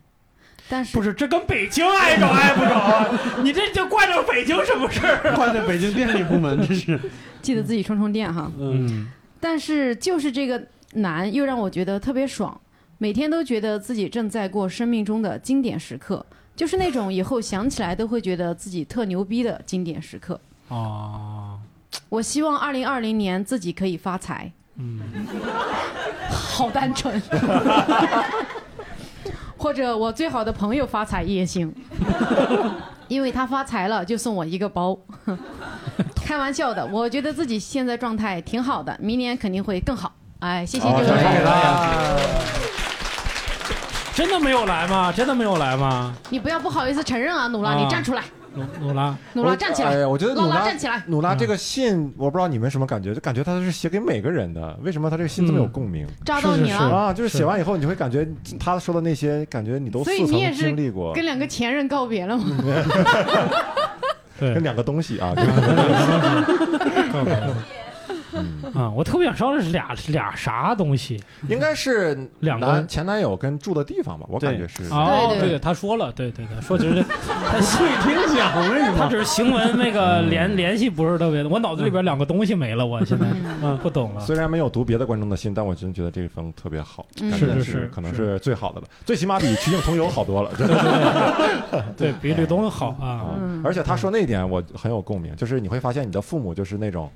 Speaker 4: 但是
Speaker 5: 不是这跟北京挨着挨不着啊？你这就惯着北京什么事儿？啊
Speaker 3: 怪在北京电力部门，真是。
Speaker 4: 记得自己充充电哈。
Speaker 5: 嗯，
Speaker 4: 但是就是这个难，又让我觉得特别爽，每天都觉得自己正在过生命中的经典时刻，就是那种以后想起来都会觉得自己特牛逼的经典时刻。
Speaker 5: 哦，
Speaker 4: 我希望二零二零年自己可以发财。嗯，好单 纯。或者我最好的朋友发财也行，因为他发财了就送我一 个包。开玩笑的，我觉得自己现在状态挺好的，明年肯定会更好。哎，谢谢
Speaker 2: 好，
Speaker 4: 这
Speaker 2: 掌声
Speaker 4: 位，
Speaker 2: 给他。
Speaker 5: 真的没有来吗？真的没有来吗？
Speaker 4: 你不要不好意思承认啊，努拉，你
Speaker 5: 啊
Speaker 4: 站出来，
Speaker 5: 努努拉，嗯
Speaker 4: 努拉站起
Speaker 2: 哎
Speaker 4: 来，
Speaker 2: 呀，我觉得努
Speaker 4: 劳拉
Speaker 2: 拉
Speaker 4: 站起来。
Speaker 2: 努拉这个信，我不知道你们什么感觉，就感觉他是写给每个人的。为什么他这个信这么有共鸣？
Speaker 4: 扎到
Speaker 5: 嗯是
Speaker 4: 你
Speaker 5: 是
Speaker 4: 了。
Speaker 2: 啊，就是写完以后，你会感觉他说的那些，感觉你都
Speaker 4: 所
Speaker 2: 似
Speaker 4: 以你也
Speaker 2: 曾
Speaker 4: 是
Speaker 2: 经历过， 嗯
Speaker 4: 跟两个前任告别了吗？
Speaker 5: 对
Speaker 2: 跟，两个东西啊，
Speaker 5: 告别了。啊，我特别想知道这是俩俩啥东西
Speaker 2: 应该是
Speaker 5: 两个
Speaker 2: 男前男友跟住的地方吧，我感觉
Speaker 3: 对
Speaker 2: 是。
Speaker 5: 哦，
Speaker 4: 对对
Speaker 5: 对，他说了，对对对，说只 是他
Speaker 3: 会听讲为什
Speaker 5: 他
Speaker 3: 么？
Speaker 5: 只是嗯行文那个联联系不是特别，我脑子里边两个东西没了，我现在嗯不懂了。
Speaker 2: 虽然没有读别的观众的信，但我真觉得这封特别好，
Speaker 4: 嗯
Speaker 2: 感觉
Speaker 5: 是是是
Speaker 2: 可能是最好的了，最起码 比曲靖同游好多了。真的
Speaker 5: 对比吕东好啊，
Speaker 2: 啊而且他说那一点我很有共鸣，就是你会发现你的父母就是那种，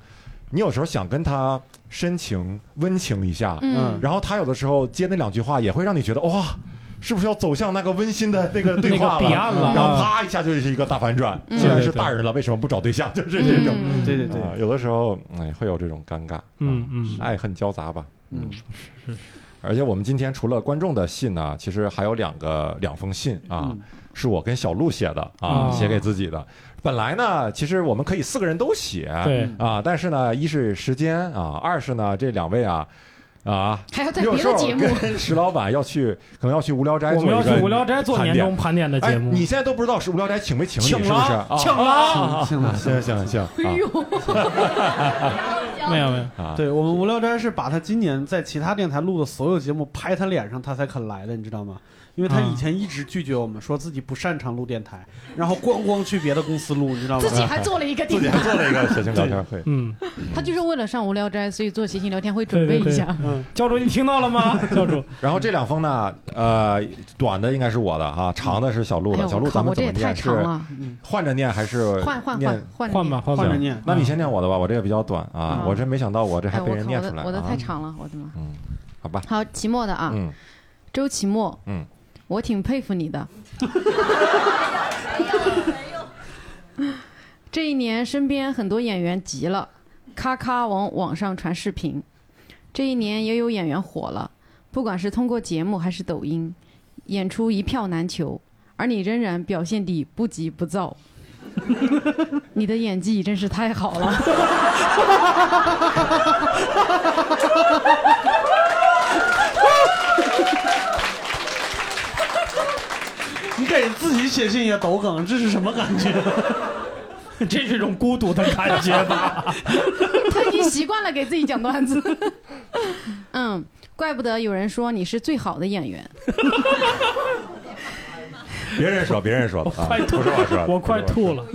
Speaker 2: 你有时候想跟他深情温情一下，
Speaker 4: 嗯，
Speaker 2: 然后他有的时候接那两句话也会让你觉得哇。是不是要走向那个温馨的那个对话
Speaker 5: 那个彼岸了
Speaker 2: 然后啪一下就是一个大反转。
Speaker 4: 嗯
Speaker 2: 既然是大人了，为什么不找对象？就是这种。
Speaker 4: 嗯
Speaker 3: 对对对，
Speaker 2: 啊，有的时候哎会有这种尴尬，
Speaker 5: 嗯 嗯
Speaker 2: 爱恨交杂吧。
Speaker 3: 嗯，
Speaker 2: 而且我们今天除了观众的信呢、其实还有两个两封信啊，
Speaker 3: 嗯
Speaker 2: 是我跟小鹿写的啊，
Speaker 5: 哦
Speaker 2: 写给自己的。本来呢，其实我们可以四个人都写，
Speaker 5: 对
Speaker 2: 啊，但是呢，一是时间啊，二是呢，这两位啊 啊，
Speaker 4: 还要在
Speaker 2: 六
Speaker 4: 别的
Speaker 2: 兽
Speaker 4: 节目，
Speaker 2: 跟 石老板要去，可能要去无聊斋
Speaker 5: 我
Speaker 2: 做一
Speaker 5: 们
Speaker 2: 个
Speaker 5: 要去无聊斋做
Speaker 2: 盘
Speaker 5: 年
Speaker 2: 点
Speaker 5: 终盘点的
Speaker 2: 哎，
Speaker 5: 节目，
Speaker 2: 你现在都不知道是无聊斋请没请你，
Speaker 5: 请
Speaker 2: 是不是？啊
Speaker 5: 了，请了，
Speaker 3: 行了，
Speaker 2: 行行行，
Speaker 4: 哎
Speaker 2: 啊
Speaker 4: 呦，
Speaker 5: 没有没有，
Speaker 2: 啊，
Speaker 3: 嗯对我们无聊斋是把他今年在其他电台录的所有节目拍他脸上，他才肯来的，你知道吗？因为他
Speaker 5: 啊
Speaker 3: 以前一直拒绝我们，说自己不擅长录电台，然后咣咣去别的公司录，你知道吗
Speaker 4: 自？己还做了一个
Speaker 2: 自
Speaker 4: 电
Speaker 2: 己还做
Speaker 4: 台，
Speaker 2: 了一个写情聊天会。
Speaker 5: 嗯，
Speaker 4: 他就是为了上无聊斋，所以做谐星聊天会
Speaker 5: 对
Speaker 4: 准
Speaker 5: 对
Speaker 4: 备
Speaker 5: 对
Speaker 4: 一下。
Speaker 5: 教嗯主你听到了吗？ 教主，
Speaker 2: 然后这两封呢，呃，短的应该是我的啊，长的是小鹿
Speaker 4: 哎
Speaker 2: 的。
Speaker 4: 呦，
Speaker 2: 小
Speaker 4: 我
Speaker 2: 鹿，
Speaker 4: 靠，
Speaker 2: 咱
Speaker 4: 我
Speaker 2: 们怎
Speaker 4: 这
Speaker 2: 么
Speaker 4: 也太
Speaker 2: 念？
Speaker 4: 长
Speaker 2: 是
Speaker 4: 了，
Speaker 2: 换着念还是
Speaker 4: 换换
Speaker 2: 念
Speaker 4: 换？换
Speaker 5: 换吧
Speaker 4: 吧。
Speaker 5: 换
Speaker 3: 换着
Speaker 5: 吧，
Speaker 3: 念
Speaker 2: 那你先念嗯我的吧，我这个比较短啊
Speaker 4: 啊。
Speaker 2: 我这没想到我这还
Speaker 4: 哎，
Speaker 2: 被
Speaker 4: 我
Speaker 2: 人
Speaker 4: 靠，
Speaker 2: 念
Speaker 4: 我
Speaker 2: 出
Speaker 4: 的
Speaker 2: 来
Speaker 4: 我的
Speaker 2: 啊
Speaker 4: 太。长了，我的妈！
Speaker 2: 嗯，好吧，
Speaker 4: 好，期末的啊，
Speaker 2: 嗯，
Speaker 4: 周期末，
Speaker 2: 嗯，
Speaker 4: 我挺佩服你的。这一年，身边很多演员急了，咔咔往网上传视频。这一年，也有演员火了，不管是通过节目还是抖音，演出一票难求。而你仍然表现地不急不躁，你的演技真是太好了。
Speaker 3: 你给自己写信也抖梗，这是什么感 觉？
Speaker 5: 这是一种孤独的感觉 吧？
Speaker 4: 他已经习惯了给自己讲段子。嗯，怪不得有人说你是最好的演员。
Speaker 2: 别人说，别人说，啊
Speaker 5: 快 吐
Speaker 2: 不是我说，
Speaker 5: 我快吐
Speaker 2: 了。
Speaker 5: 了，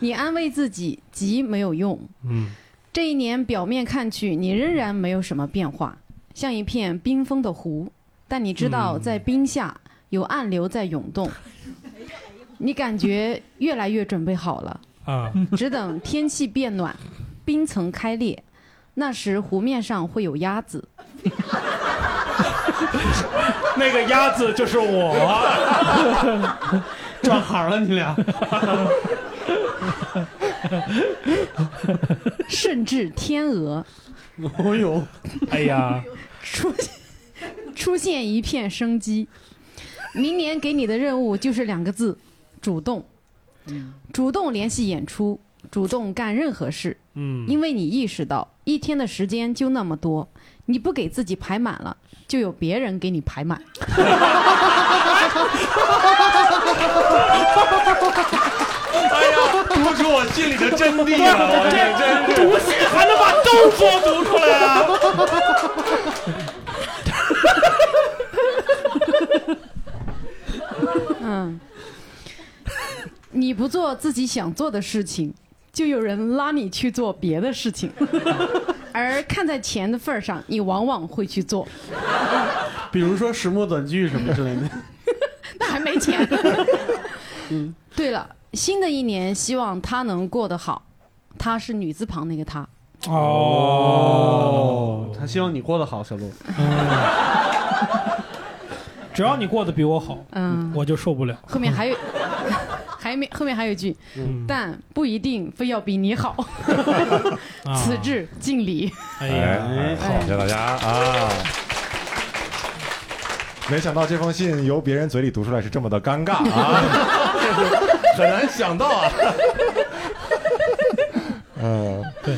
Speaker 4: 你安慰自己急没有用。
Speaker 5: 嗯，
Speaker 4: 这一年表面看去，你仍然没有什么变化，像一片冰封的湖。但你知道，在冰下有暗流在涌动，你感觉越来越准备好了。
Speaker 5: 啊，
Speaker 4: 只等天气变暖，冰层开裂，那时湖面上会有鸭 子。
Speaker 5: 那个鸭子就是我，
Speaker 3: 啊 转行了你俩，
Speaker 4: 甚至天鹅
Speaker 3: 哦呦，
Speaker 5: 哎呀，
Speaker 4: 出出现一片生机。明年给你的任务就是两个字：主动。
Speaker 5: 嗯
Speaker 4: 主动联系演出，主动干任何事，
Speaker 5: 嗯，
Speaker 4: 因为你意识到一天的时间就那么多，你不给自己排满了，就有别人给你排满。
Speaker 5: 哎呀，读出我心里的真谛了，我这真读心还能把豆腐读出来啊！
Speaker 4: 嗯，你不做自己想做的事情，就有人拉你去做别的事 情，而看在钱的份儿上，你往往会去做。
Speaker 3: 比如说石墨短剧什么之类的，
Speaker 4: 那还没 钱。嗯对了，新的一年希望她能过得好，她是女字旁那个她。
Speaker 5: 哦，
Speaker 3: 他希望你过得好，小鹿。嗯
Speaker 5: 只要你过得比我好，
Speaker 4: 嗯，
Speaker 5: 我就受不了。
Speaker 4: 后面还有， 还没后面还有一句，
Speaker 2: 嗯
Speaker 4: 但不一定非要比你好。
Speaker 5: 啊
Speaker 4: 此，致敬礼。
Speaker 5: 哎呀，
Speaker 2: 哎，好，谢谢大家啊！没想到这封信由别人嘴里读出来是这么的尴尬 啊，很难想到啊。 嗯，
Speaker 5: 对。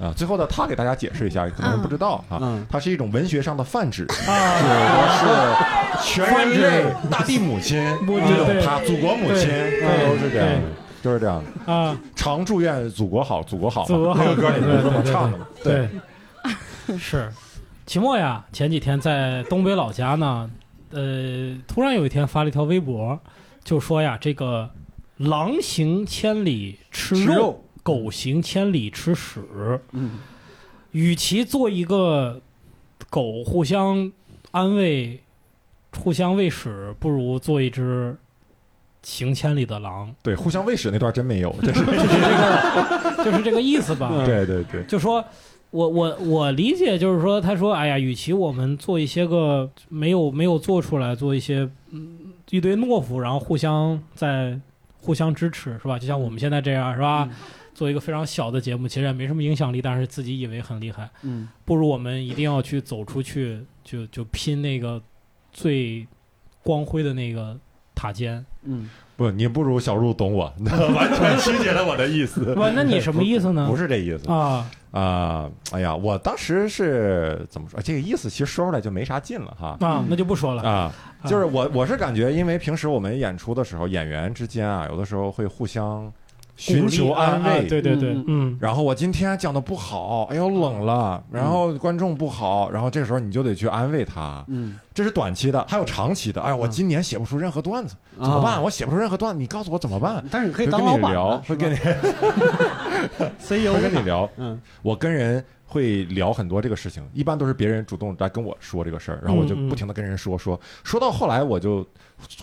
Speaker 2: 啊，最后呢，他给大家解释一下，可能人不知道啊，
Speaker 3: 嗯
Speaker 2: 它是一种文学上的泛指，啊，是全人类大地母亲，
Speaker 5: 母亲
Speaker 2: 这种
Speaker 5: 对
Speaker 2: 他祖国母亲
Speaker 5: 对
Speaker 2: 啊都是这样的
Speaker 5: 对，
Speaker 2: 都是这样的。
Speaker 5: 啊，
Speaker 2: 常祝愿祖国好，祖国好嘛，
Speaker 5: 祖国好
Speaker 2: 那个歌里不是这么唱的嘛？
Speaker 5: 对， 是。秦墨呀，前几天在东北老家呢，呃，突然有一天发了一条微博，就说呀，这个狼行千里吃肉，
Speaker 3: 吃肉
Speaker 5: 狗行千里吃屎。
Speaker 3: 嗯，
Speaker 5: 与其做一个狗互相安慰、互相喂食，不如做一只行千里的狼，
Speaker 2: 对，互相喂食那段真没有，真 是
Speaker 5: 就是这个意思吧？
Speaker 2: 对对对，
Speaker 5: 就说。我我我理解就是说，他说，哎呀，与其我们做一些个没有没有做出来，做一些嗯一堆懦夫，然后互相在互相支持，是吧？就像我们现在这样，是吧？做一个非常小的节目，其实也没什么影响力，但是自己以为很厉害。
Speaker 3: 嗯
Speaker 5: 不如我们一定要去走出去，就就拼那个最光辉的那个塔尖。
Speaker 3: 嗯，
Speaker 2: 不，你不如小鹿懂 我，完全曲解了我的意思。
Speaker 5: 不，那你什么意思 呢？
Speaker 2: 不是这意思
Speaker 5: 啊，
Speaker 2: 啊！哎呀，我当时是怎么说？这个意思其实说出来就没啥劲了哈。
Speaker 5: 啊，那就不说了。
Speaker 2: 啊，就是我我是感觉，因为平时我们演出的时候，演员之间啊，有的时候会互相寻求安
Speaker 5: 啊
Speaker 2: 慰，
Speaker 5: 对对对
Speaker 3: 嗯，
Speaker 5: 嗯，
Speaker 2: 然后我今天讲的不好，哎呦冷了，然后观众不好，然后这时候你就得去安慰他，
Speaker 3: 嗯，
Speaker 2: 这是短期的，还有长期的。哎，我今年写不出任何段子，怎么办？
Speaker 3: 啊
Speaker 2: 我写不出任何段子，你告诉我怎么办？
Speaker 3: 但是你可
Speaker 2: 会
Speaker 3: 以
Speaker 2: 跟
Speaker 3: 当
Speaker 2: 你
Speaker 3: 老板
Speaker 2: 聊，
Speaker 3: 了是
Speaker 2: 会
Speaker 3: 吧 E
Speaker 2: 跟你
Speaker 3: ，CEO
Speaker 2: 会跟你
Speaker 3: 嘛
Speaker 2: 聊。
Speaker 3: 嗯
Speaker 2: 我跟人会聊很多这个事情，一般都是别人主动来跟我说这个事儿，然后我就
Speaker 5: 嗯嗯
Speaker 2: 不停的跟人说说，说到后来我就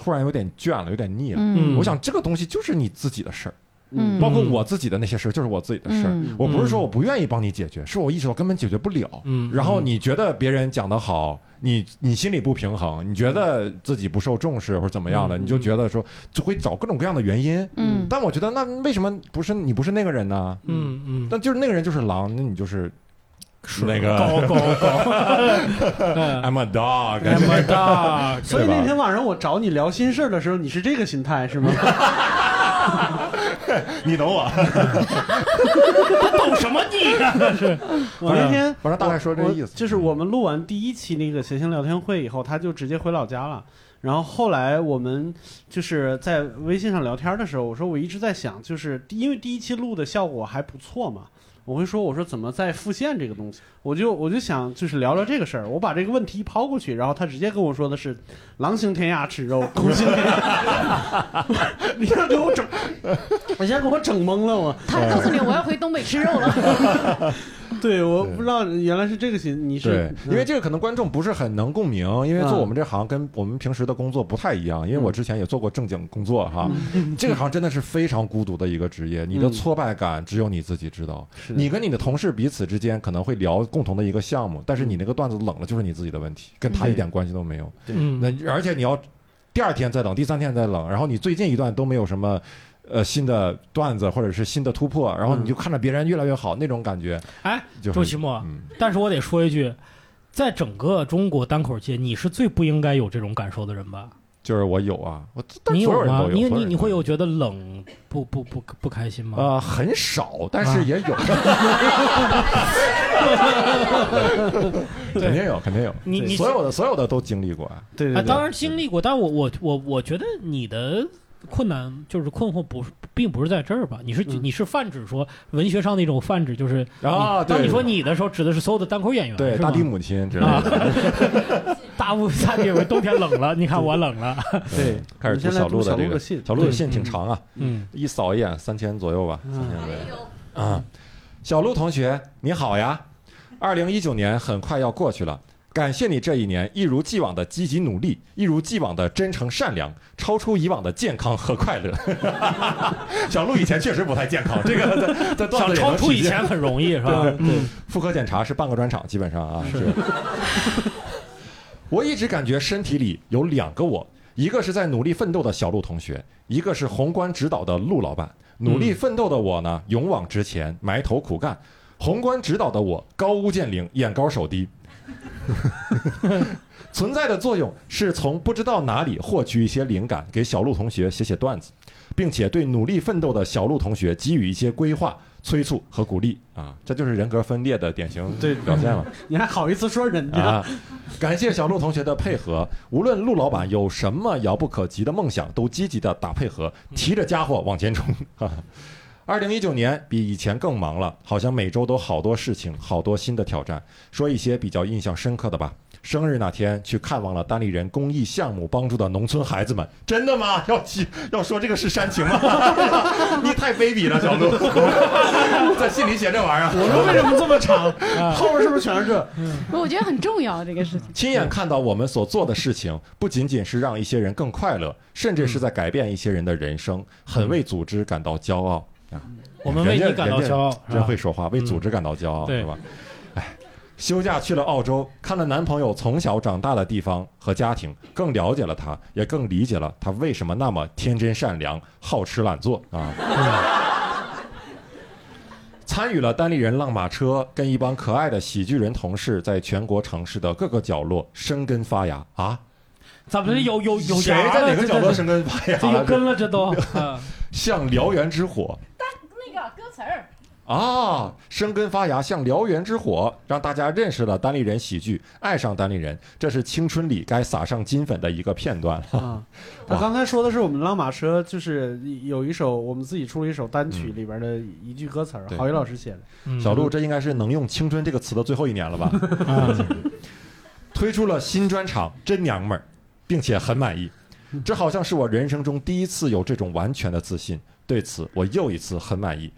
Speaker 2: 突然有点倦了，有点腻了。
Speaker 5: 嗯
Speaker 2: 我想这个东西就是你自己的事儿，
Speaker 4: 嗯
Speaker 2: 包括我自己的那些事儿就是我自己的事儿。
Speaker 4: 嗯
Speaker 2: 我不是说我不愿意帮你解决，是我意识到根本解决不了。
Speaker 5: 嗯
Speaker 2: 然后你觉得别人讲得好，你你心里不平衡，你觉得自己不受重视或者怎么样的，
Speaker 5: 嗯
Speaker 2: 你就觉得说就会找各种各样的原因。
Speaker 4: 嗯
Speaker 2: 但我觉得那为什么不是你不是那个人呢？
Speaker 5: 嗯嗯，
Speaker 2: 但就是那个人就是狼，那你就是
Speaker 5: 是
Speaker 2: 那个
Speaker 5: 高高 高，嗯
Speaker 2: I'm a dog，
Speaker 5: 那么大，
Speaker 3: 所以
Speaker 2: 对吧
Speaker 3: 那天晚上我找你聊心事儿的时候，你是这个心态是吗？
Speaker 2: 你懂我。
Speaker 5: 懂什么你？
Speaker 3: 我
Speaker 2: 哎
Speaker 3: 那天
Speaker 2: 反正大概说这个
Speaker 3: 我
Speaker 2: 意思
Speaker 3: 就是我们录完第一期那个谐星聊天会以后，他就直接回老家了。然后后来我们就是在微信上聊天的时候，我说我一直在想，就是第因为第一期录的效果还不错嘛，我会说我说怎么在复现这个东西，我就我就想就是聊聊这个事儿。我把这个问题一抛过去，然后他直接跟我说的是“狼行天 涯吃肉，狗行天涯”， 你要给我整，我现在给我整懵了我。
Speaker 4: 他告诉你我要回东北吃肉了。
Speaker 3: 对，我
Speaker 2: 对
Speaker 3: 不知道原来是这个形，你
Speaker 2: 对
Speaker 3: 是，
Speaker 2: 因为这个可能观众不是很能共鸣，因为做
Speaker 3: 嗯
Speaker 2: 我们这行跟我们平时的工作不太一样。因为我之前也做过正经工作哈， 这个行真的是非常孤独的一个职业，你的
Speaker 3: 嗯
Speaker 2: 挫败感只有你自己知道。
Speaker 3: 是
Speaker 2: 你跟你的同事彼此之间可能会聊共同的一个项目，但是你那个段子冷了就是你自己的问题，跟他
Speaker 3: 嗯
Speaker 2: 一点关系都没有。
Speaker 5: 嗯，
Speaker 2: 那而且你要第二天再冷，第三天再冷，然后你最近一段都没有什么。呃，新的段子或者是新的突破，然后
Speaker 3: 嗯
Speaker 2: 你就看着别人越来越好，那种感觉
Speaker 5: 哎，
Speaker 2: 就
Speaker 5: 周
Speaker 2: 很
Speaker 5: 奇墨，
Speaker 2: 嗯，
Speaker 5: 但是我得说一句，在整个中国单口界，你是最不应该有这种感受的人吧？
Speaker 2: 就是我有啊，我但
Speaker 5: 你
Speaker 2: 所人
Speaker 5: 吗
Speaker 2: 都？有，
Speaker 5: 你
Speaker 2: 所
Speaker 5: 你
Speaker 2: 人
Speaker 5: 你
Speaker 2: 都
Speaker 5: 会有觉得冷不不不不开心 吗？
Speaker 2: 呃很少，但
Speaker 5: 啊
Speaker 2: 是也有， 肯定有，肯定有，
Speaker 5: 你你
Speaker 2: 所有的所有的都经历过啊，
Speaker 3: 对
Speaker 5: 啊，
Speaker 3: 对
Speaker 5: 当
Speaker 3: 对，
Speaker 5: 然经历过，但我我我我觉得你的困难就是困惑不是，并不是在这儿吧？你是、
Speaker 3: 嗯
Speaker 5: 你是泛指说文学上的一种泛指，就是
Speaker 2: 啊
Speaker 5: 你当
Speaker 2: 对
Speaker 5: 你说你的时候，指的是所有的单口演员，
Speaker 2: 对
Speaker 5: 是吗
Speaker 2: 大地母亲之类
Speaker 5: 啊
Speaker 2: 的，，
Speaker 5: 大雾大地，冬天冷了，你看我冷了，
Speaker 3: 对，
Speaker 2: 开始
Speaker 3: 我们先
Speaker 2: 读
Speaker 3: 来
Speaker 2: 小
Speaker 3: 读
Speaker 2: 鹿
Speaker 3: 小
Speaker 2: 的
Speaker 3: 鹿
Speaker 2: 这
Speaker 3: 的
Speaker 2: 个
Speaker 3: 信，
Speaker 2: 小鹿的
Speaker 5: 对
Speaker 2: 信挺长啊，
Speaker 5: 嗯，
Speaker 2: 一扫一眼三千左右吧，
Speaker 3: 嗯
Speaker 2: 三千左右。
Speaker 6: 有
Speaker 2: 啊，小鹿同学你好呀！二零一九年很快要过去了，感谢你这一年一如既往的积极努力，一如既往的真诚善良，超出以往的健康和快乐。 小鹿以前确实不太 健康，哦这个在在 段
Speaker 5: 想
Speaker 2: 子里
Speaker 5: 超
Speaker 2: 能
Speaker 5: 出
Speaker 2: 体
Speaker 5: 以
Speaker 2: 现
Speaker 5: 前很容易是吧？嗯，
Speaker 2: 妇科检查是半个专场，基本上啊是。我一直感觉身体里有两个我，一个是在努力奋斗的小鹿同学，一个是宏观指导的陆老板。努力奋斗的我呢，勇往直前，埋头苦干；宏观指导的我，高屋建瓴，眼高手低。存在的作用是从不知道哪里获取一些灵感，给小鹿同学写写段子，并且对努力奋斗的小鹿同学给予一些规划、催促和鼓励啊，这就是人格分裂的典型
Speaker 3: 对
Speaker 2: 表现了。
Speaker 3: 你还好意思说人家？
Speaker 2: 啊！ 感谢小鹿同学的配合，无论陆老板有什么遥不可及的梦想，都积极的打配合，提着家伙往前冲。 二零一九年比以前更忙了，好像每周都好多事情，好多新的挑战。说一些比较印象深刻的吧。生日那天去看望了单立人公益项目帮助的农村孩子 们， 真的吗？要提要说这个是煽 情吗？你太卑鄙了，小鹿，在信里写这玩意儿。
Speaker 3: 我说为什么这 么长？ 啊后面是不是全是这？
Speaker 4: 我觉得很重要这个
Speaker 5: 嗯
Speaker 4: 事情。
Speaker 2: 亲眼看到我们所做的事情，不仅仅是让一些人更快乐，甚至是在改变一些人的人生，很为组织感到骄傲。
Speaker 5: 嗯我们为
Speaker 2: 人
Speaker 5: 你
Speaker 2: 家
Speaker 5: 感到
Speaker 2: 人家
Speaker 5: 骄傲，是
Speaker 2: 真
Speaker 5: 吧
Speaker 2: 会说话，为组织感到
Speaker 1: 哦
Speaker 2: 骄傲，
Speaker 5: 对
Speaker 2: 是吧？哎，休假去了澳洲，看了男朋友从小长大的地方和家庭，更了解了他，也更理解了他为什么那么天真善良、好吃懒做啊。参与了单立人浪马车，跟一帮可爱的喜剧人同事，在全国城市的各个角落生根发芽啊！
Speaker 5: 咱们有有有
Speaker 2: 谁
Speaker 5: 芽
Speaker 2: 在
Speaker 5: 了
Speaker 2: 哪个
Speaker 5: 这
Speaker 2: 角落
Speaker 5: 这
Speaker 2: 生根发
Speaker 5: 这
Speaker 2: 芽
Speaker 5: 有
Speaker 2: 了？
Speaker 5: 根了，这都，啊
Speaker 2: 像燎原之火，
Speaker 6: 那个歌词儿，
Speaker 2: 啊，生根发芽，像燎原之火，让大家认识了单立人喜剧，爱上单立人，这是青春里该撒上金粉的一个片段。
Speaker 3: 啊，我刚才说的是我们拉马车，就是有一首我们自己出了一首单曲里边的一句歌词儿，
Speaker 2: 嗯对
Speaker 3: 郝宇老师写的。
Speaker 5: 嗯
Speaker 2: 小鹿，这应该是能用“青春”这个词的最后一年了吧？推出了新专场《真娘们儿》，并且很满意。这好像是我人生中第一次有这种完全的自信，对此我又一次很满意。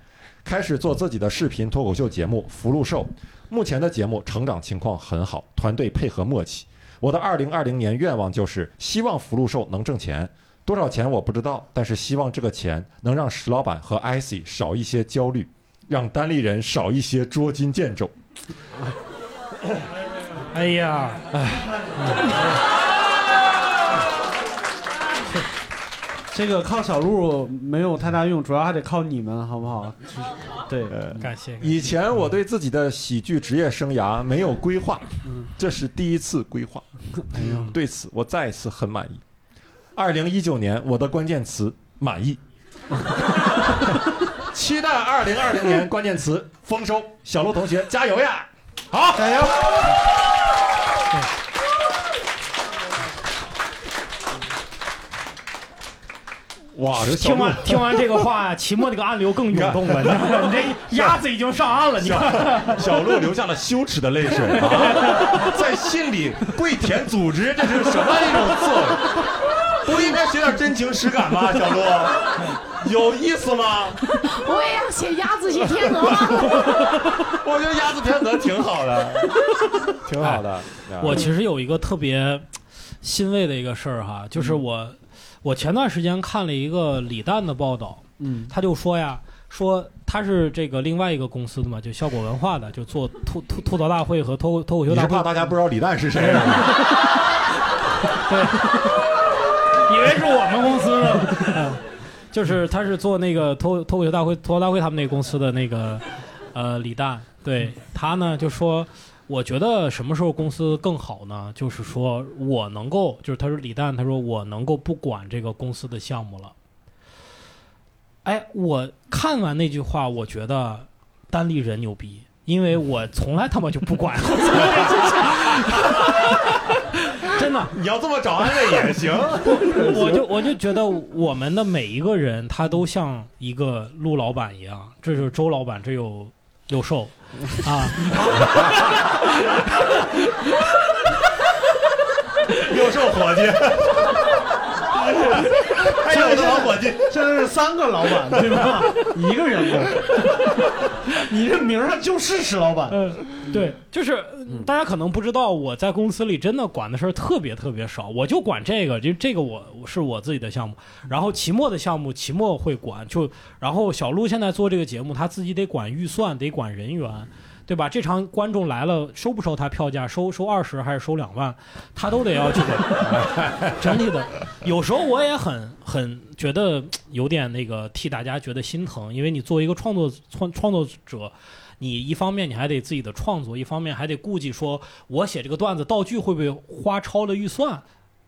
Speaker 2: 开始做自己的视频脱口秀节目《福禄寿》，目前的节目成长情况很好，团队配合默契。我的二零二零年愿望就是希望福禄寿能挣钱，多少钱我不知道，但是希望这个钱能让石老板和 IC 少一些焦虑，让单立人少一些捉襟见肘。
Speaker 5: 哎呀，哎
Speaker 3: 这个靠小鹿没有太大用，主要还得靠你们，好不好？就是 对，
Speaker 5: 感谢，
Speaker 2: 呃以前我对自己 的喜剧职业生涯没有规划，这是第一次规划。对此，我再一次很满意。二零一九年，我的关键词满 意。期待二零二零年关键词丰收。小鹿同学，加油呀！好，加油！哇，这小
Speaker 5: 听
Speaker 2: 鹿
Speaker 5: 完听完这个话，齐墨这个暗流更涌动了。你看，你这鸭子已经上岸了，你看，
Speaker 2: 小鹿 流下了羞耻的泪水啊，在信里跪舔组织，这是什么一种作为？
Speaker 8: 不应该写点真情实感吗？小鹿，
Speaker 5: 嗯
Speaker 8: 有意思吗？
Speaker 4: 我也要写鸭子写天鹅吗？
Speaker 8: 我觉得鸭子天鹅挺好的，
Speaker 2: 挺好的。啊
Speaker 5: 哎我其实有一个特别欣慰的一个事儿哈，就是
Speaker 2: 嗯
Speaker 5: 我、我前段时间看了一个李诞的报道，
Speaker 3: 嗯
Speaker 5: 他就说呀，说他是这个另外一个公司的嘛，就效果文化的，就做吐吐吐槽大会和脱口脱口秀
Speaker 2: 你
Speaker 5: 大
Speaker 2: 是
Speaker 5: 会
Speaker 2: 怕，大家不知道李诞是 谁啊？
Speaker 5: 以为是我们公司的， 就是他是做那个脱脱口秀大会脱口秀大会他们那个公司的那个呃李诞，对他呢就说。我觉得什么时候公司更好呢？就是说我能够，就是他说李诞，他说我能够不管这个公司的项目了。哎，我看完那句话，我觉得单立人牛逼，因为我从来他妈就不管 真的，
Speaker 8: 你要这么找安慰也行。
Speaker 5: 我就我就觉得我们的每一个人，他都像一个陆老板一样，这就是周老板，这有六兽啊，
Speaker 8: 六兽伙计，还有什么伙计？
Speaker 3: 现在是三个老板对 吧？一个人工，你这名儿上就是石老板。
Speaker 5: 嗯，对，就是呃大家可能不知道，我在公司里真的管的事儿特别特别少，我就管这个，就这个我我是我自己的项目，然后期末的项目期末会管，就然后小鹿现在做这个节目，他自己得管预算，得管人员。对吧？这场观众来了，收不收他票价？收收二十还是收两万？他都得要去管。整体的，有时候我也很很觉得有点那个替大家觉得心疼，因为你作为一个创作创创作者，你一方面你还得自己的创作，一方面还得顾忌说我写这个段子道具会不会花超了预算，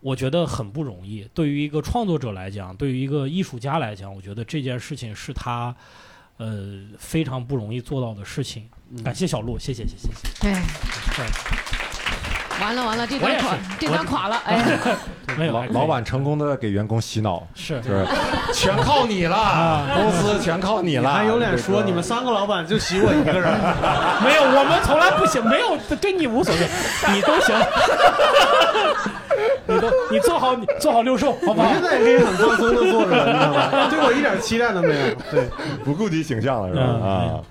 Speaker 5: 我觉得很不容易。对于一个创作者来讲，对于一个艺术家来讲，我觉得这件事情是他呃非常不容易做到的事情。
Speaker 3: 嗯
Speaker 5: 感谢小鹿，谢谢谢谢谢
Speaker 4: 哎， 完了完了，这
Speaker 5: 我
Speaker 4: 张
Speaker 5: 也是
Speaker 4: 垮，这
Speaker 5: 我
Speaker 4: 张垮了，哎呀，
Speaker 5: 谢，没有
Speaker 2: 老
Speaker 5: 还可以
Speaker 2: 老板成功的给员工洗脑，
Speaker 5: 是啊
Speaker 2: 就是
Speaker 8: 全靠你了，
Speaker 2: 公司全靠你
Speaker 3: 你
Speaker 2: 了。
Speaker 3: 还有脸
Speaker 2: 这
Speaker 3: 说
Speaker 2: 个
Speaker 3: 你们三个老板就洗我一个人？
Speaker 5: 没有，我们从来不行，没有对你无所谓，你都 行，你都你做好你做好六兽，好不
Speaker 3: 我
Speaker 5: 好
Speaker 3: 现？在也可以很放松的坐着了，你知道 吧？对我一点期待都没有。对，
Speaker 2: 不顾及形象了是
Speaker 5: 嗯
Speaker 2: 吧？啊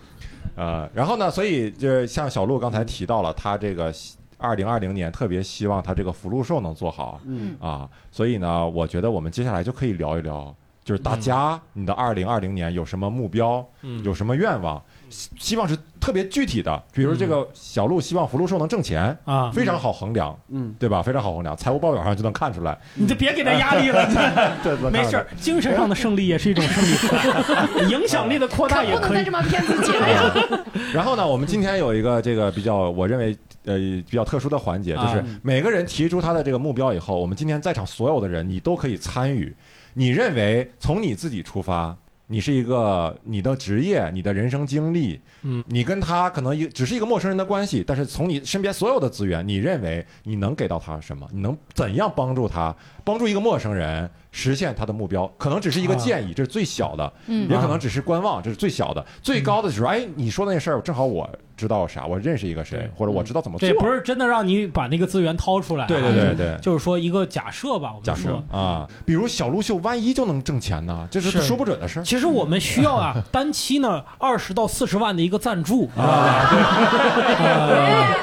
Speaker 2: 啊，然后呢，所以就是像小鹿刚才提到了，他这个二零二零年特别希望他这个福禄寿能做好
Speaker 3: 嗯
Speaker 2: 啊，所以呢，我觉得我们接下来就可以聊一聊，就是大家你的二零二零年有什么目标，
Speaker 5: 嗯
Speaker 2: 有什么愿望，希希望是特别具体的，比如这个小鹿希望福禄寿能挣钱，
Speaker 5: 嗯啊，
Speaker 2: 非常好衡量，
Speaker 3: 嗯，
Speaker 2: 对吧？非常好衡量，财务报表上就能看出来，
Speaker 5: 你就别给他压力 了，
Speaker 2: 对，能看出来
Speaker 5: 没事儿，精神上的胜利也是一种胜 利，影响力的扩大
Speaker 4: 可
Speaker 5: 也
Speaker 4: 不能
Speaker 5: 可
Speaker 4: 再
Speaker 5: 以
Speaker 4: 这。么骗自己了呀！
Speaker 2: 然后呢，我们今天有一个这个比较，我认为呃比较特殊的环节，就
Speaker 5: 啊
Speaker 2: 是每个人提出他的这个目标以后，我们今天在场所有的人，你都可以参与。你认为从你自己出发，你是一个你的职业、你的人生经历，
Speaker 5: 嗯，
Speaker 2: 你跟他可能一只是一个陌生人的关系，但是从你身边所有的资源，你认为你能给到他什么？你能怎样帮助他，帮助一个陌生人实现他的目标？可能只是一个
Speaker 5: 啊
Speaker 2: 建议，这是最小的。
Speaker 4: 嗯
Speaker 2: 也可能只是观望，这是最小的。最高的时候，
Speaker 5: 嗯
Speaker 2: 哎，你说的那事儿，正好我知道啥，我认识一个谁
Speaker 5: 对，
Speaker 2: 或者我知道怎么做
Speaker 5: 这。不是真的让你把那个资源掏出来啊，
Speaker 2: 对对对对
Speaker 5: 就是说一个假设吧，我
Speaker 2: 假
Speaker 5: 们
Speaker 2: 设
Speaker 5: 说。
Speaker 2: 啊，比如小鹿秀，万一就能挣钱呢？这是
Speaker 5: 是
Speaker 2: 说不准的事儿。
Speaker 5: 其实我们需 要啊，单期呢二十到四十万的一个赞助啊，呃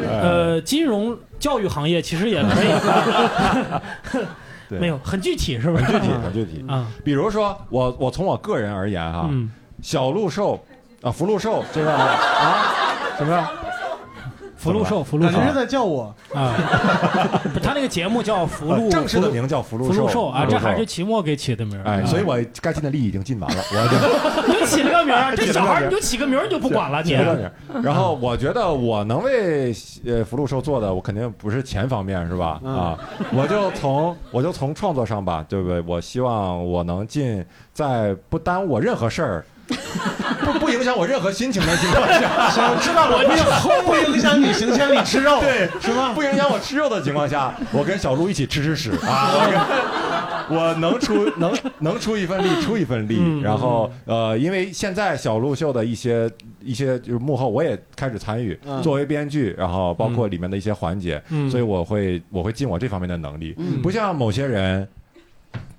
Speaker 5: 呃，金融教育行业其实也可以，
Speaker 2: 对
Speaker 5: 没有很具体是不是？
Speaker 2: 很具体，很具体。
Speaker 5: 啊，
Speaker 2: 比如说，我我从我个人而言哈，
Speaker 5: 嗯，
Speaker 2: 小鹿秀啊，福禄寿这个 啊，什么呀？
Speaker 5: 福禄寿，福禄
Speaker 3: 感
Speaker 5: 寿
Speaker 3: 觉是在叫我。
Speaker 5: 啊，不他那个节目叫福
Speaker 2: 呃
Speaker 5: 禄
Speaker 2: 正式
Speaker 5: 福
Speaker 2: 的
Speaker 5: 禄
Speaker 2: 名叫福禄
Speaker 5: 福禄寿
Speaker 2: 寿
Speaker 5: 啊，这还是期末给起的名儿
Speaker 2: 哎，
Speaker 5: 啊
Speaker 2: 所以我该尽的力已经尽完了，我就。
Speaker 5: 你就起了个 名儿，这
Speaker 2: 啊起了个
Speaker 5: 小孩儿
Speaker 2: 名儿
Speaker 5: 你就起个名儿你就不管了，你啊
Speaker 2: 有点儿然后我觉得我能为呃福禄寿做的，我肯定不是钱方面是吧？
Speaker 3: 嗯
Speaker 2: 啊，我就从我就从创作上吧，对不对？我希望我能尽在不耽误我任何事 儿，不不影响我任何心情的情况下，
Speaker 3: 想知道我命不影响你行千里吃肉，
Speaker 2: 对，
Speaker 3: 是吗？
Speaker 2: 不影响我吃肉的情况下，我跟小鹿一起吃吃屎啊！我 跟我能 出能能出一份力，出一份力。
Speaker 5: 嗯
Speaker 2: 然后呃，因为现在小鹿秀的一些一些就是幕后，我也开始参与，
Speaker 3: 嗯
Speaker 2: 作为编剧，然后包括里面的一些环节，
Speaker 5: 嗯
Speaker 2: 所以我会我会尽我这方面的能力，
Speaker 5: 嗯
Speaker 2: 不像某些人。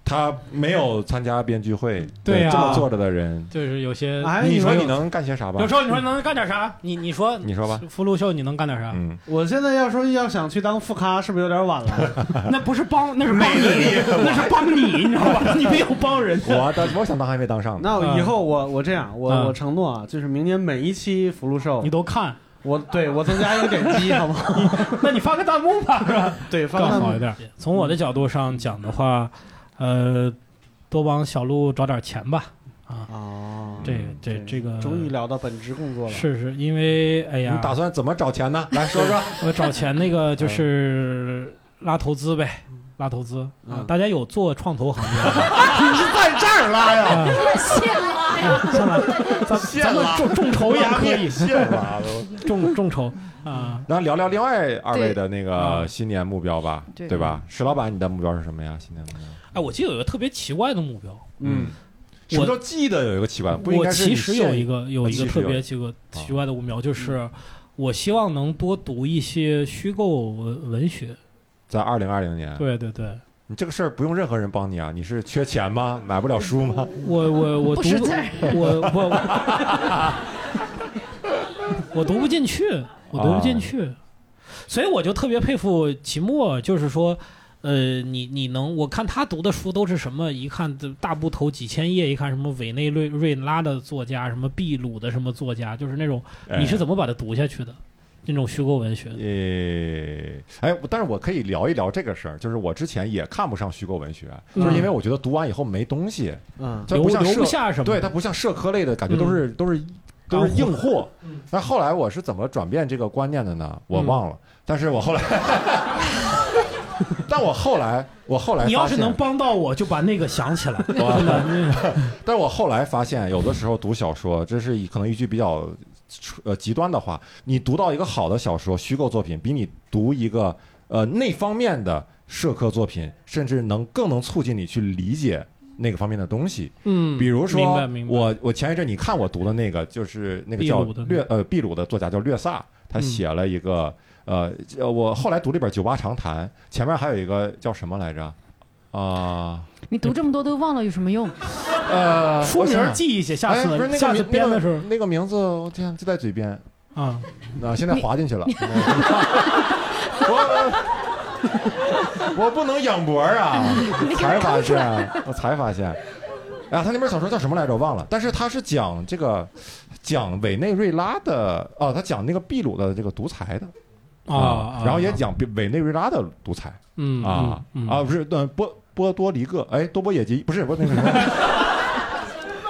Speaker 2: 他没有参加编剧会，
Speaker 5: 对啊呀
Speaker 2: 这么坐着的人，
Speaker 5: 嗯就是有些，
Speaker 3: 哎
Speaker 2: 你说
Speaker 3: 你说
Speaker 2: 你能干些啥吧
Speaker 5: 有？时候你说能干点啥？你你说
Speaker 2: 你说吧，
Speaker 5: 福禄寿你能干点啥？
Speaker 2: 嗯，
Speaker 3: 我现在要说要想去当副咖，是不是有点晚了？
Speaker 5: 那不是帮，那是帮你，那是帮你， 你知道吧？你没有帮人家。
Speaker 2: 我当我想当还没当上呢。
Speaker 3: 那我以
Speaker 5: 嗯
Speaker 3: 后我我这样，我
Speaker 5: 嗯
Speaker 3: 我承诺啊，就是明年每一期福禄寿
Speaker 5: 你，都看，
Speaker 3: 我对我增加一个点击，好不好？
Speaker 5: 那你发个弹幕吧，是吧？
Speaker 3: 对，发
Speaker 5: 更好一
Speaker 3: 弹
Speaker 5: 点。从我的角度上讲的话，呃，多往小鹿找点钱吧。
Speaker 2: 嗯
Speaker 3: 哦，
Speaker 5: 这个这这个
Speaker 3: 终于聊到本职工作了。
Speaker 5: 是是，因为哎
Speaker 2: 你
Speaker 5: 呀，
Speaker 2: 打算怎么找 钱呢？来说说。嗯
Speaker 5: 我找钱那 个就是拉投资呗，拉投资。啊
Speaker 3: 嗯
Speaker 5: 大家有做创投行业的
Speaker 8: 在这儿拉呀，
Speaker 5: 啊？
Speaker 4: 现拉呀！
Speaker 5: 算了，咱咱们众众筹也可以，
Speaker 8: 线拉都。
Speaker 5: 众众筹啊。
Speaker 2: 然后聊聊另外二位的那个
Speaker 5: 啊
Speaker 2: 新年目标吧，
Speaker 4: 对
Speaker 2: 对吧？石老板，你的目标是什么呀？新年目标？
Speaker 5: 哎，我记得有一个特别奇怪的目标，
Speaker 3: 嗯，
Speaker 2: 什么叫记得有一个奇怪？不应
Speaker 5: 我
Speaker 2: 该是
Speaker 5: 其
Speaker 2: 你
Speaker 5: 实
Speaker 2: 现
Speaker 5: 有一个有
Speaker 2: 啊
Speaker 5: 一
Speaker 2: 其
Speaker 5: 个
Speaker 2: 实
Speaker 5: 特
Speaker 2: 有
Speaker 5: 别这个奇怪的目标，就是我希望能多读一些虚构文文学。
Speaker 2: 在二零二零年，
Speaker 5: 对对对，
Speaker 2: 你这个事儿不用任何人帮你啊，你是缺钱吗？买不了书吗？
Speaker 5: 我我我
Speaker 4: 不
Speaker 5: 读
Speaker 4: 识字儿
Speaker 5: 我 我我读不进去，我读不
Speaker 2: 啊
Speaker 5: 进去，所以我就特别佩服齐墨，就是说。呃，你你能，我看他读的书都是什么？一看这大部头几千页，一看什么委内瑞瑞拉的作家，什么秘鲁的什么作家，就是那种
Speaker 2: 哎
Speaker 5: 你是怎么把它读下去的？那种虚构文学，
Speaker 2: 呃，哎，我但是我可以聊一聊这个事儿，就是我之前也看不上虚构文学，
Speaker 5: 嗯
Speaker 2: 就是因为我觉得读完以后没东西，
Speaker 3: 嗯，
Speaker 2: 它
Speaker 5: 留
Speaker 2: 不像
Speaker 5: 留
Speaker 2: 社
Speaker 5: 不下什么。
Speaker 2: 对，它不像社科类的感觉，都是、都是都是硬货。
Speaker 5: 嗯
Speaker 2: 但后来我是怎么转变这个观念的呢？我忘了。但是我后来， 但我后来，我后来
Speaker 5: 你要
Speaker 2: 发
Speaker 5: 是
Speaker 2: 现，
Speaker 5: 能帮到我，就把那个想 起来。真的那
Speaker 2: 但我后来发现，有的时候读小说，这是一可能一句比较呃极端的话，你读到一个好的小说、虚构作品，比你读一个呃那方面的社科作品，甚至能更能促进你去理解那个方面的东西。
Speaker 5: 嗯，
Speaker 2: 比如说
Speaker 5: 明白明，白
Speaker 2: 我我前一阵你看我读的那个，就是那个叫
Speaker 5: 秘鲁的
Speaker 2: 略呃秘鲁的作家叫略萨，他写了一个、
Speaker 5: 嗯
Speaker 2: 呃呃，我后来读了一本《酒吧长谈》，前面还有一个叫什么来着？啊、
Speaker 4: 你读这么多都忘了有什么用？
Speaker 2: 呃，
Speaker 5: 书
Speaker 2: 我
Speaker 5: 名
Speaker 2: 想
Speaker 5: 儿
Speaker 2: 想
Speaker 5: 记一写，下
Speaker 2: 哎，
Speaker 5: 次、
Speaker 2: 不是那
Speaker 5: 下
Speaker 2: 个
Speaker 5: 次
Speaker 2: 名
Speaker 5: 编的时候
Speaker 2: 那个那个名字，我天就在嘴边
Speaker 5: 啊，
Speaker 2: 啊，现在滑进去了。我 我不能仰脖啊，才发现，我才发现。啊，他那本小说叫什么来着？我忘了。但是他是讲这个，讲委内瑞拉的哦，他讲那个秘鲁的这个独裁的
Speaker 5: 啊啊，
Speaker 2: 然后也讲委内瑞拉的独裁
Speaker 5: 嗯
Speaker 2: 啊
Speaker 5: 嗯
Speaker 2: 啊，
Speaker 5: 嗯
Speaker 2: 不是，呃，波波多黎各，哎，多波野结衣不是，不是那个什么，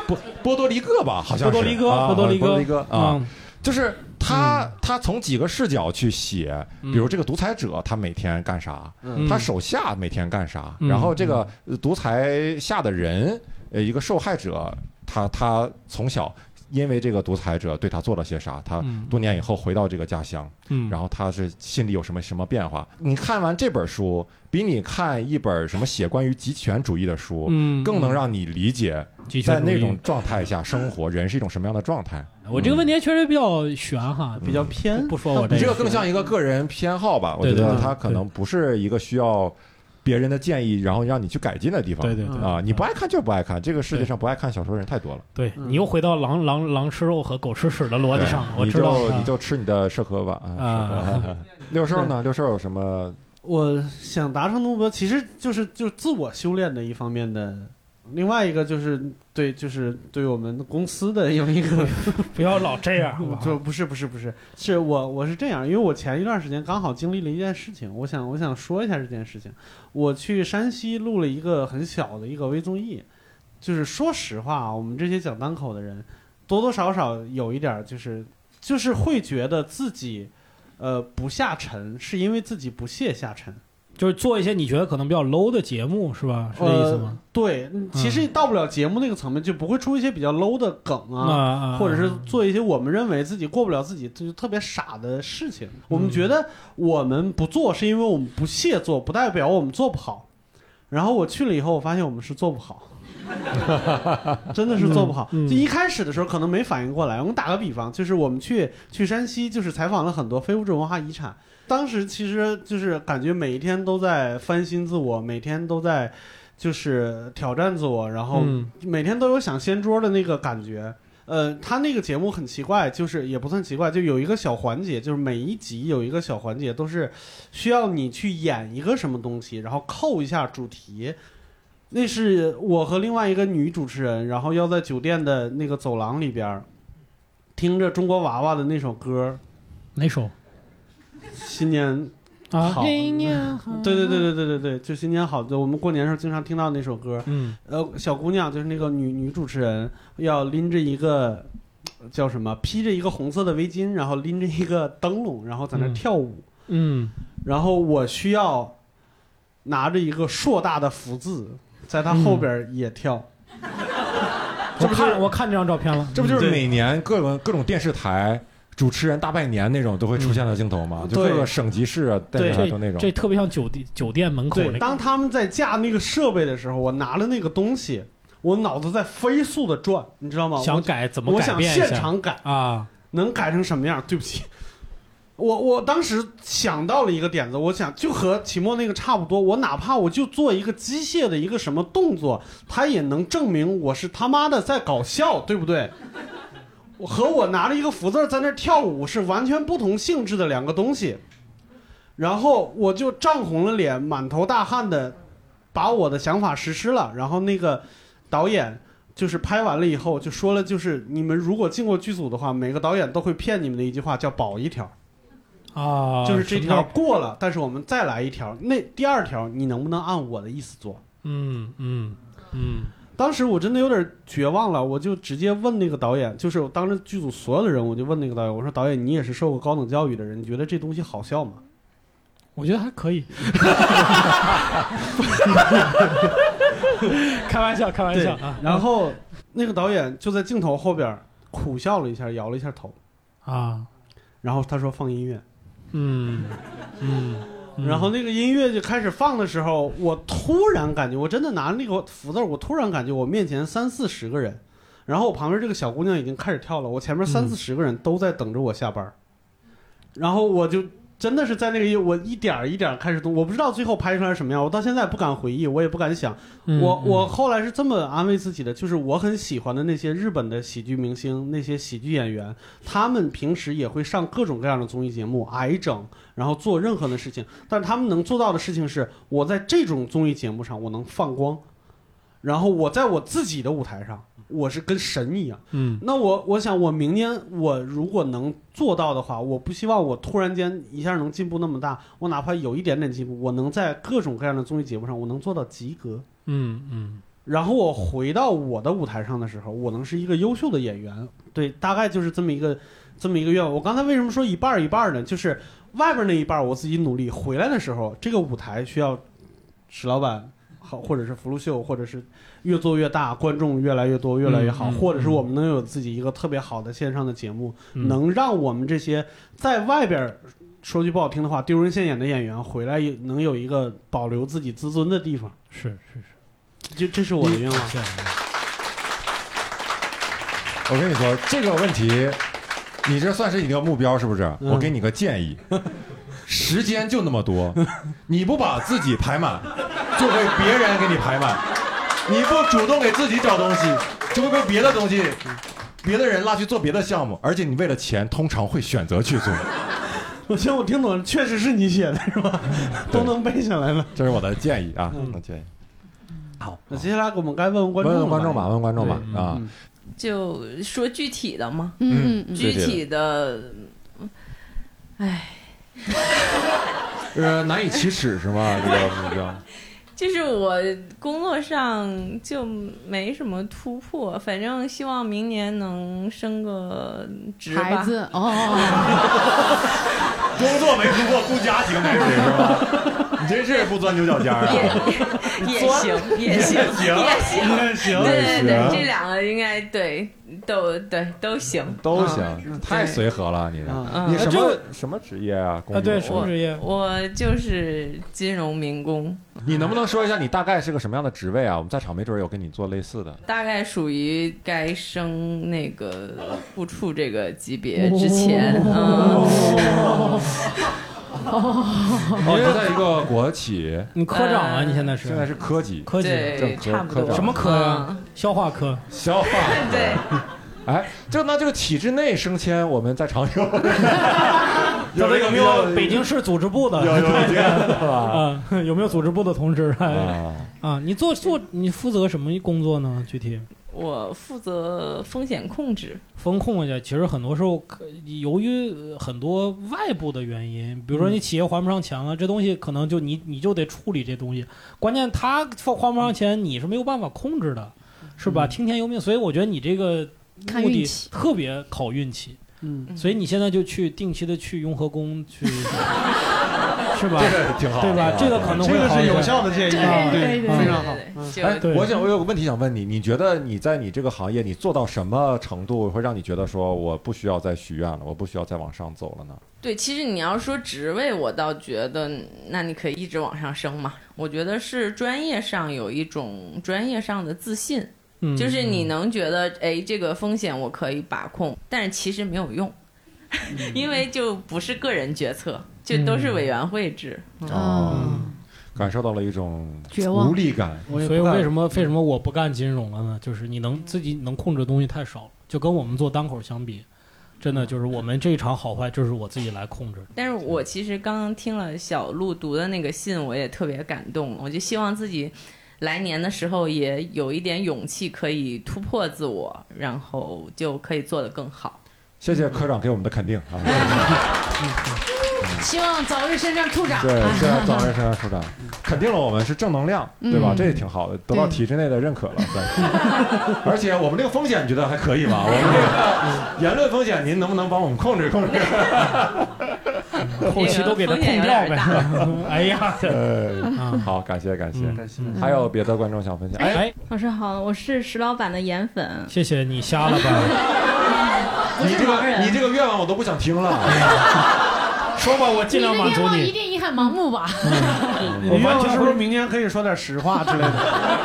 Speaker 2: 波波多黎各吧，好像是
Speaker 5: 波多黎各，
Speaker 2: 啊
Speaker 5: 波多黎
Speaker 2: 波多黎
Speaker 5: 各嗯
Speaker 2: 各啊，，就是他、他从几个视角去写，比如这个独裁者他每天干啥，
Speaker 5: 嗯
Speaker 2: 他手下每天干啥，
Speaker 5: 嗯
Speaker 2: 然后这个呃独裁下的人，呃，一个受害者，他他从小。因为这个独裁者对他做了些啥，他
Speaker 5: 嗯
Speaker 2: 多年以后回到这个家乡，
Speaker 5: 嗯，
Speaker 2: 然后他是心里有什么什么变化？你看完这本书，比你看一本什么写关于极权主义的书，
Speaker 5: 嗯
Speaker 2: 更能让你理解
Speaker 5: 集权
Speaker 2: 在
Speaker 5: 主
Speaker 2: 那
Speaker 5: 义
Speaker 2: 种，状态下生活，人是一种什么样的状态。嗯
Speaker 5: 我这个问题确实比较悬哈，
Speaker 3: 比较偏
Speaker 5: 不说我
Speaker 2: 你这个
Speaker 5: 个
Speaker 2: 更像一个个人偏好吧？我
Speaker 5: 对
Speaker 2: 觉
Speaker 5: 对
Speaker 2: 得
Speaker 5: 对
Speaker 2: 他可能不是一个需要别人的建议，然后让你去改进的地方。
Speaker 5: 对对对
Speaker 2: 啊，你不爱看就不爱看，这个世界上不爱看小说的人太多了。
Speaker 5: 对
Speaker 3: 嗯
Speaker 5: 你又回到狼狼狼吃肉和狗吃屎的逻辑上，
Speaker 2: 对
Speaker 5: 我
Speaker 2: 你
Speaker 5: 知道
Speaker 2: 就
Speaker 5: 啊
Speaker 2: 哎你就吃你的社科吧
Speaker 5: 啊
Speaker 2: 啊。六兽呢？六兽有什么？
Speaker 3: 我想达成的目标，其实就是就是自我修炼的一方面的，另外一个就是对就是对我们公司的有一个，
Speaker 5: 不要老这样，好不好
Speaker 3: 就不是不是不是，是我我是这样，因为我前一段时间刚好经历了一件事情，我想我想说一下这件事情。我去山西录了一个很小的一个微综艺，就是说实话啊，我们这些讲单口的人，多多少少有一点儿就是就是会觉得自己。呃，不下沉是因为自己不屑下沉，
Speaker 5: 就是做一些你觉得可能比较 low 的节目是吧？是这意思
Speaker 3: 呃
Speaker 5: 吗？，嗯
Speaker 3: 对，其实到不了节目那个层面，就不会出一些比较 low 的梗
Speaker 5: 啊
Speaker 3: 啊，
Speaker 5: 啊
Speaker 3: 或者是做一些我们认为自己过不了自己就是特别傻的事情。我们
Speaker 5: 嗯
Speaker 3: 觉得我们不做是因为我们不屑做，不代表我们做不好。然后我去了以后，我发现我们是做不好，真的是做不好。
Speaker 5: 嗯嗯
Speaker 3: 就一开始的时候可能没反应过来。我们打个比方，就是我们去去山西，就是采访了很多非物质文化遗产。当时其实就是感觉每一天都在翻新自我，每天都在就是挑战自我，然后
Speaker 5: 嗯
Speaker 3: 每天都有想掀桌的那个感觉。呃，他那个节目很奇怪，就是也不算奇怪，就有一个小环节，就是每一集有一个小环节，都是需要你去演一个什么东西，然后扣一下主题。那是我和另外一个女主持人，然后要在酒店的那个走廊里边儿，听着中国娃娃的那首歌
Speaker 2: 呃
Speaker 5: 哪首
Speaker 3: 《新年
Speaker 5: 啊？
Speaker 3: 好
Speaker 4: 新年好
Speaker 3: 对对对对对对对，就新年好，就我们过年的时候经常听到那首歌。
Speaker 5: 嗯，
Speaker 3: 呃，小姑娘就是那个女女主持人，要拎着一个呃叫什么，披着一个红色的围巾，然后拎着一个灯笼，然后在那
Speaker 5: 嗯
Speaker 3: 跳舞。
Speaker 5: 嗯，
Speaker 3: 然后我需要拿着一个硕大的福字，在她后边儿也 跳。
Speaker 5: 我
Speaker 3: 这不就是
Speaker 5: 看嗯我看这张照片了，
Speaker 2: 这不就是
Speaker 3: 对
Speaker 2: 每年各种各种电视台主持人大拜年那种都会出现的镜头吗？
Speaker 3: 嗯
Speaker 2: 就各
Speaker 3: 对
Speaker 2: 个省级市啊，电视台
Speaker 5: 这
Speaker 2: 都那种。
Speaker 5: 这特别像酒店酒店门口
Speaker 3: 对，
Speaker 5: 那个
Speaker 3: 当他们在架那个设备的时候，我拿了那个东西，我脑子在飞速的转，你知道吗？
Speaker 5: 想改怎
Speaker 3: 我
Speaker 5: 么
Speaker 3: 我
Speaker 5: 改
Speaker 3: 想
Speaker 5: 变一
Speaker 3: 现
Speaker 5: 下
Speaker 3: 场改。
Speaker 5: 啊？
Speaker 3: 能改成什么样？对不起，我我当时想到了一个点子，我想就和期末那个差不多，我哪怕我就做一个机械的一个什么动作，它也能证明我是他妈的在搞笑，对不对？我和我拿着一个福字儿在那儿跳舞是完全不同性质的两个东西，然后我就涨红了脸，满头大汗的把我的想法实施了，然后那个导演就是拍完了以后就说了，就是你们如果进过剧组的话，每个导演都会骗你们的一句话叫“保一条
Speaker 5: 啊”，，
Speaker 3: 就是这
Speaker 5: 什么
Speaker 3: 条
Speaker 5: 样，
Speaker 3: 过了，但是我们再来一条。那第二条你能不能按我的意思做？
Speaker 5: 嗯嗯嗯
Speaker 3: 当时我真的有点绝望了，我就直接问那个导演，就是我当着剧组所有的人，我就问那个导演，我说：“导演，你也是受过高等教育的人，你觉得这东西好笑吗
Speaker 5: 我觉得还 可以。 开玩笑，开？”玩
Speaker 3: 对
Speaker 5: 笑啊，
Speaker 3: 然后那个导演就在镜头后边苦笑了一下，摇了一下头，
Speaker 5: 啊，
Speaker 3: 然后他说：“放音乐。”
Speaker 5: 嗯嗯，嗯
Speaker 3: 然后那个音乐就开始放的时候，我突然感觉，我真的拿那个福字儿，我突然感觉我面前三四十个人，然后我旁边这个小姑娘已经开始跳了，我前面三
Speaker 5: 嗯
Speaker 3: 四十个人都在等着我下班儿，然后我就真的是在那个音我一点儿一点儿开始动，我不知道最后拍出来什么样，我到现在不敢回忆，我也不敢想，
Speaker 5: 嗯
Speaker 3: 我我后来是这么安慰自己的，就是我很喜欢的那些日本的喜剧明星、那些喜剧演员，他们平时也会上各种各样的综艺节目，挨整，然后做任何的事情，但他们能做到的事情是，我在这种综艺节目上我能放光，然后我在我自己的舞台上，我是跟神一样。
Speaker 5: 嗯
Speaker 3: 那我我想，我明年我如果能做到的话，我不希望我突然间一下能进步那么大，我哪怕有一点点进步，我能在各种各样的综艺节目上，我能做到及格。
Speaker 5: 嗯嗯
Speaker 3: 然后我回到我的舞台上的时候，我能是一个优秀的演员。对，大概就是这么一个这么一个愿望。我刚才为什么说一半儿一半儿呢？就是外边那一半儿我自己努力，回来的时候这个舞台需要史老板好，或者是福禄秀，或者是越做越大，观众越来越多，越来越好，
Speaker 5: 嗯嗯
Speaker 3: 或者是我们能有自己一个特别好的线上的节目，
Speaker 5: 嗯，
Speaker 3: 能让我们这些在外边儿说句不好听的话丢人现眼的演员回来也能有一个保留自己自尊的地方。
Speaker 5: 是是是
Speaker 3: 就这是我的愿望。
Speaker 5: 这样的，
Speaker 2: 我跟你说这个问题，你这算是一个目标是不是？
Speaker 3: 嗯
Speaker 2: 我给你个建议，时间就那么多，你不把自己排满，就被别人给你排满；你不主动给自己找东西，就会被别的东西、别的人拉去做别的项目，而且你为了钱，通常会选择去做。
Speaker 3: 我行，我听懂了，确实是你写的是 吧？
Speaker 2: 对
Speaker 3: 都能背下来了。
Speaker 2: 这是我的建议啊，
Speaker 3: 嗯
Speaker 2: 我的建议。好，
Speaker 3: 那接下来我们该问问观
Speaker 2: 问
Speaker 3: 众了
Speaker 2: 问观众吧，。问观众吧
Speaker 5: 对
Speaker 2: 啊。
Speaker 3: 嗯
Speaker 9: 就说具体的嘛，
Speaker 4: 嗯嗯嗯，
Speaker 9: 具体的，
Speaker 2: 呃，难以启齿是吗？这个目标，
Speaker 9: 就是我工作上就没什么突破，反正希望明年能升个职吧。
Speaker 4: 孩子哦，
Speaker 8: 工作没突破，顾家庭没是吧？你真是不钻牛角尖儿
Speaker 9: 也
Speaker 8: 啊！
Speaker 9: 也也 行，也行， 也行，
Speaker 3: 也行
Speaker 9: 对对
Speaker 2: 也行
Speaker 9: 对，这两个应该对，都对都行，
Speaker 2: 都
Speaker 9: 嗯
Speaker 2: 行，太随和了你这。
Speaker 3: 啊，
Speaker 9: 嗯
Speaker 2: 你什
Speaker 5: 这
Speaker 2: 么
Speaker 5: 个
Speaker 2: 什么职业啊？工作
Speaker 5: 啊，对，什么职业？
Speaker 9: 我就是金融民工，
Speaker 2: 你能不能说一下你大概是个什么样的职位啊？我们在场没准儿有跟你做类似的。
Speaker 9: 大概属于该升那个部处这个级别之前，嗯，
Speaker 2: 您哦是在一个国企，
Speaker 5: 你科长啊，你现在是
Speaker 2: 现在是科级，
Speaker 5: 科级
Speaker 2: 正
Speaker 9: 呃对，
Speaker 2: 科
Speaker 9: 差不
Speaker 2: 科
Speaker 9: 多。嗯
Speaker 2: 长
Speaker 5: 什么科呀？消化科。
Speaker 2: 消化。
Speaker 9: 对，
Speaker 2: 哎，就那这个体制内升迁，我们在常有
Speaker 5: 咱们
Speaker 2: 这
Speaker 5: 有
Speaker 2: 个
Speaker 5: 没有北京市组织部的？
Speaker 2: 有有有这个是吧？
Speaker 5: 啊，有没有组织部的同志？ 哎
Speaker 2: 啊，
Speaker 5: 啊，你做做你负责什么工作呢？具体
Speaker 9: 我负责风险控制。
Speaker 5: 风控一下，其实很多时候可由于很多外部的原因，比如说你企业还不上钱了，这东西可能就你你就得处理这东西。关键他还不上钱，你是没有办法控制的，是吧？听天由命，所以我觉得你这个
Speaker 4: 看
Speaker 5: 目
Speaker 4: 运
Speaker 5: 的
Speaker 4: 气
Speaker 5: 特别考运气。
Speaker 3: 嗯，
Speaker 9: 嗯
Speaker 5: 所以你现在就去定期的去雍和宫去，是吧？
Speaker 2: 这个挺好，
Speaker 5: 对
Speaker 2: 挺
Speaker 5: 吧？
Speaker 2: 好
Speaker 5: 这个可能
Speaker 3: 啊这
Speaker 5: 会
Speaker 3: 个
Speaker 5: 好一
Speaker 3: 是有
Speaker 5: 点
Speaker 3: 效的建议，啊
Speaker 5: 对
Speaker 3: 对
Speaker 9: 对对
Speaker 3: 非常好。
Speaker 9: 对
Speaker 3: 嗯
Speaker 9: 对
Speaker 2: 哎
Speaker 9: 就，
Speaker 5: 对
Speaker 2: 我想我有个问题想问你，你觉得你在你这个行业，你做到什么程度会让你觉得说我不需要再许愿了，我不需要再往上走了呢？
Speaker 9: 对，其实你要说职位，我倒觉得，那你可以一直往上升嘛。我觉得是专业上有一种专业上的自信，
Speaker 5: 嗯
Speaker 9: 就是你能觉得，哎，这个风险我可以把控，但是其实没有用，
Speaker 5: 嗯
Speaker 9: 因为就不是个人决策，就都是委员会制。
Speaker 2: 哦，
Speaker 4: 嗯，
Speaker 2: 感受到了一种
Speaker 4: 绝望
Speaker 2: 无。力感。
Speaker 3: 我也
Speaker 5: 所以
Speaker 3: 不敢
Speaker 5: 为什么为什么我不干金融了呢？就是你能自己能控制的东西太少了，就跟我们做单口相比，真的就是我们这一场好坏就是我自己来控制。
Speaker 9: 但是我其实刚刚听了小鹿读的那个信，我也特别感动，我就希望自己来年的时候也有一点勇气，可以突破自我，然后就可以做得更好。
Speaker 2: 谢谢科长给我们的肯定啊！
Speaker 4: 希望早日身上兔长。
Speaker 2: 对，谢谢早任生产处长，肯定了我们是正能量，对吧？
Speaker 4: 嗯
Speaker 2: 这也挺好的，得到
Speaker 4: 对
Speaker 2: 体制内的认可了，算是。 而且我们这个风险，你觉得还可以吗？我们这个言论风险，您能不能帮我们控制控制？
Speaker 5: 后期都给他控
Speaker 9: 这个风险有
Speaker 5: 掉
Speaker 9: 点
Speaker 5: 呗
Speaker 9: 大。
Speaker 5: 哎 呀，
Speaker 2: 呃，
Speaker 5: 啊，
Speaker 2: 好，感谢感谢。
Speaker 5: 嗯
Speaker 3: 感谢
Speaker 2: 还有别的观众想分享？哎，
Speaker 5: 哎，
Speaker 6: 老师好，我是石老板的颜粉，
Speaker 5: 谢谢你瞎了 吧？
Speaker 2: 你这个你这个愿望我都不想听了。
Speaker 5: 说吧， 我尽量满足
Speaker 4: 一
Speaker 5: 你。
Speaker 4: 定也很盲目吧？
Speaker 3: 我们是不是明年可以说点实话之类的？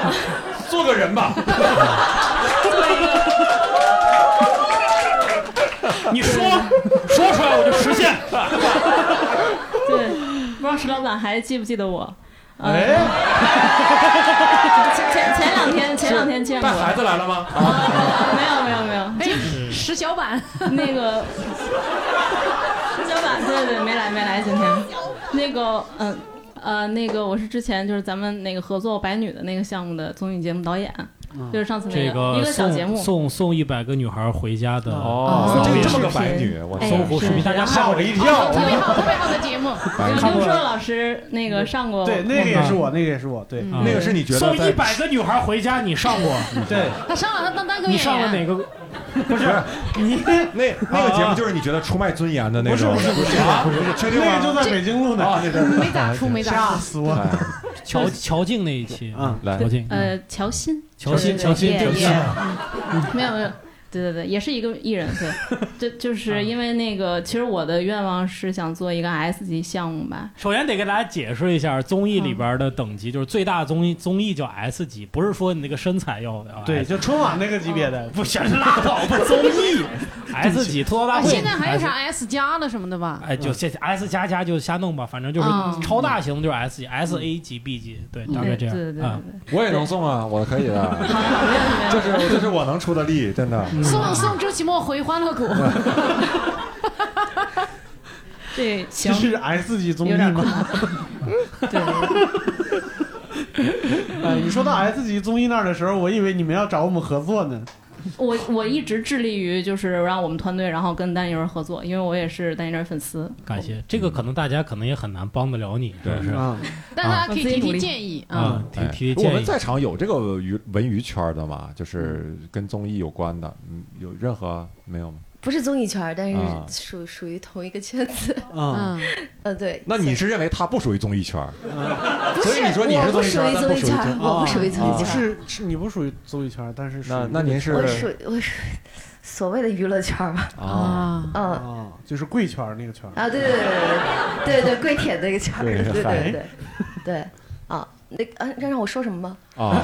Speaker 2: 做个人吧，
Speaker 5: 你说说出来我就实现。
Speaker 6: 对，不知道石老板还记不记得我？呃
Speaker 3: 哎，
Speaker 6: 前前前两天前两天见过
Speaker 2: 带，孩子来了吗？啊
Speaker 6: 没有没有没有，
Speaker 4: 哎，石小板，
Speaker 6: 那 个石小板，对对，没来没来，今天那个嗯呃那个我是之前就是咱们那个合作白女的那个项目的综艺节目导演，
Speaker 3: 嗯
Speaker 6: 就是上次那
Speaker 5: 这
Speaker 6: 一个小节
Speaker 5: 送
Speaker 6: 目。
Speaker 5: 送送一百个女孩回家的
Speaker 2: 哦，
Speaker 5: 送
Speaker 2: 这
Speaker 5: 别
Speaker 2: 这
Speaker 5: 式
Speaker 2: 么个白女，我
Speaker 6: 哎
Speaker 2: 搜
Speaker 5: 搜狐视频，大家看
Speaker 2: 吓
Speaker 5: 过
Speaker 2: 我一跳。
Speaker 4: 特别好，特别好的节目。
Speaker 2: 啊白女
Speaker 6: 刘刘硕老师那个上过，
Speaker 3: 对，那个 也是我，那个也是我，
Speaker 6: 嗯
Speaker 3: 对
Speaker 5: 啊
Speaker 2: 那个是你觉得
Speaker 5: 送
Speaker 2: 在
Speaker 5: 一百个女孩回家，你上 过？
Speaker 3: 对，
Speaker 4: 他上了，他当单口演员。
Speaker 5: 你上了哪个？
Speaker 2: 不是
Speaker 3: 你
Speaker 2: 那那个节目，就是你觉得出卖尊严的那
Speaker 3: 不是
Speaker 2: 种，
Speaker 3: 不是不是
Speaker 2: 啊，确定
Speaker 3: 那个就
Speaker 2: 吗？
Speaker 3: 在北京路呢，
Speaker 2: 啊，那个
Speaker 4: 没咋出，没咋
Speaker 3: 吓
Speaker 4: 出。
Speaker 3: 死我！
Speaker 2: 哎
Speaker 5: 乔乔静那一期嗯
Speaker 3: 啊
Speaker 2: 来
Speaker 5: 乔静，
Speaker 6: 呃，乔欣，
Speaker 5: 乔欣，乔欣，
Speaker 6: 对
Speaker 5: 乔
Speaker 6: 对
Speaker 5: 欣，
Speaker 6: 没有没有，对对对，也是一个艺人，对，就
Speaker 5: 啊
Speaker 6: 就是因为那个，其实我的愿望是想做一个 S 级项目吧，
Speaker 5: 首先得给大家解释一下综艺里边的等级，就是最大综艺综艺叫 S 级，不是说你那个身材要要
Speaker 3: 对，
Speaker 5: S 级，
Speaker 3: 就春晚那个级别的，
Speaker 5: 不行拉倒吧， 综艺 S 级吐槽大
Speaker 6: 啊
Speaker 4: 哎
Speaker 5: 会，
Speaker 4: 现在还有啥 S 加了什么的吧？
Speaker 5: 哎，
Speaker 3: 嗯
Speaker 5: 就这 S 加加就瞎弄吧，反正就是
Speaker 6: 哦
Speaker 4: 嗯
Speaker 5: 超大型就是 S 级，S A 级、B 级，对，大概
Speaker 6: 对
Speaker 5: 这
Speaker 6: 对
Speaker 5: 样
Speaker 6: 嗯对对
Speaker 5: 啊。
Speaker 6: 对，
Speaker 2: 我也能送啊，我可以 的，这是这是我能出的力，真的。
Speaker 6: 嗯
Speaker 5: 嗯
Speaker 4: 送送周奇墨回欢乐 谷。
Speaker 6: 对，
Speaker 3: 这
Speaker 6: 行，
Speaker 3: 是 S 级综艺
Speaker 6: 有点
Speaker 3: 吗？
Speaker 6: 对，
Speaker 3: 哎，你说到 S 级综艺那儿的时候，我以为你们要找我们合作呢。
Speaker 6: 我我一直致力于就是让我们团队，然后跟单立人合作，因为我也是单立人粉丝，
Speaker 5: 感谢这个，可能大家可能也很难帮得了你，是不是？
Speaker 3: 啊，
Speaker 4: 但大家可以提
Speaker 6: 我自己努
Speaker 4: 提
Speaker 6: 力
Speaker 4: 建议啊。
Speaker 5: 啊，
Speaker 6: 嗯
Speaker 5: 提
Speaker 2: 哎
Speaker 5: 提
Speaker 2: 我
Speaker 5: 建
Speaker 2: 们
Speaker 5: 议。
Speaker 2: 在场有这个娱文娱圈的吗？就是跟综艺有关的，嗯，有任何没有吗？
Speaker 10: 不是综艺圈儿，但是
Speaker 2: 啊
Speaker 10: 属、属于同一个圈子。
Speaker 3: 嗯，
Speaker 4: 嗯，
Speaker 10: 呃，对。
Speaker 2: 那你是认为他不属于综艺圈儿？
Speaker 10: 不
Speaker 2: 啊所以你说你
Speaker 10: 我
Speaker 2: 是
Speaker 10: 不
Speaker 2: 综艺
Speaker 10: 属
Speaker 2: 圈儿
Speaker 10: 于
Speaker 2: 但
Speaker 10: 综
Speaker 2: 不
Speaker 10: 艺
Speaker 2: 属于
Speaker 10: 圈儿，
Speaker 2: 综
Speaker 10: 我不属于
Speaker 3: 你
Speaker 10: 综艺
Speaker 3: 不啊
Speaker 10: 圈儿，
Speaker 3: 是是你不属于综艺圈，但是属于
Speaker 2: 那那您
Speaker 10: 我
Speaker 2: 是
Speaker 10: 属于我属所谓的娱乐圈儿吧。
Speaker 2: 啊？
Speaker 10: 嗯
Speaker 3: 啊，就是贵圈那个圈。
Speaker 10: 啊，对对对对对对，跪舔那个圈儿，
Speaker 2: 对
Speaker 10: 对对
Speaker 2: 嗨
Speaker 10: 对对对啊，那啊，让让我说什么吗？
Speaker 2: 啊，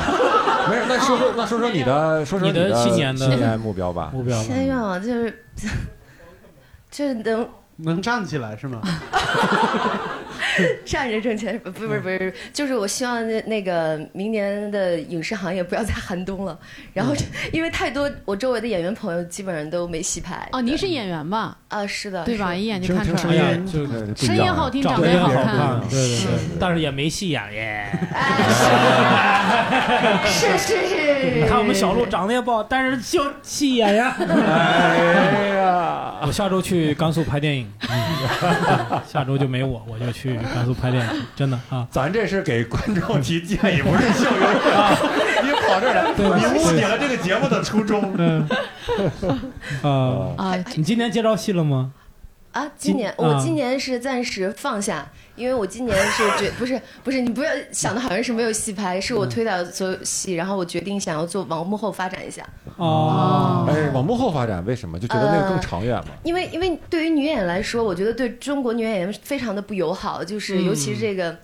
Speaker 2: 没有，那说说那说说你 的，说说
Speaker 5: 你的
Speaker 2: 的
Speaker 5: 新年的
Speaker 2: 新年目标吧。
Speaker 5: 目标
Speaker 10: 现在愿望就是就是能
Speaker 3: 能站起来是吗？
Speaker 10: 站着挣钱，不不
Speaker 4: 嗯
Speaker 10: 是不是，就是我希望那那个明年的影视行业不要再寒冬了。然后，
Speaker 4: 嗯
Speaker 10: 因为太多我周围的演员朋友基本上都没戏拍。
Speaker 4: 哦，您是演员吧？
Speaker 10: 啊，是的，
Speaker 4: 对吧？一眼就看出来
Speaker 5: 声
Speaker 4: 了。
Speaker 5: 音哎
Speaker 2: 哎
Speaker 5: 就
Speaker 4: 声音好听长得也好看嗯
Speaker 5: 对对对，但是也没戏演耶。
Speaker 10: 是是是
Speaker 5: 你看我们小鹿长得也不好，但是就戏演呀。
Speaker 2: 哎呀，
Speaker 5: 我下周去甘肃拍电影，嗯下周就没我，我就去甘肃拍电影，真的啊。
Speaker 2: 咱这是给观众提建议，不是校友。你跑这儿来，
Speaker 5: 对吧
Speaker 2: 你误解了这个节目的初衷。 哦
Speaker 5: 嗯，啊
Speaker 4: 啊，
Speaker 5: 你今年接着戏了吗？
Speaker 10: 哎啊，今年
Speaker 5: 今
Speaker 10: 我
Speaker 5: 啊
Speaker 10: 今年是暂时放下，因为我今年是 决不是不是，你不要想的好像是没有戏拍，是我
Speaker 4: 嗯
Speaker 10: 推倒所有戏，然后我决定想要做往幕后发展一下。
Speaker 5: 哦，
Speaker 2: 哎，往幕后发展，为什么就觉得那个
Speaker 4: 呃
Speaker 2: 更长远嘛？
Speaker 10: 因为因为对于女演员来说，我觉得对中国女演员非常的不友好，就是尤其是这个、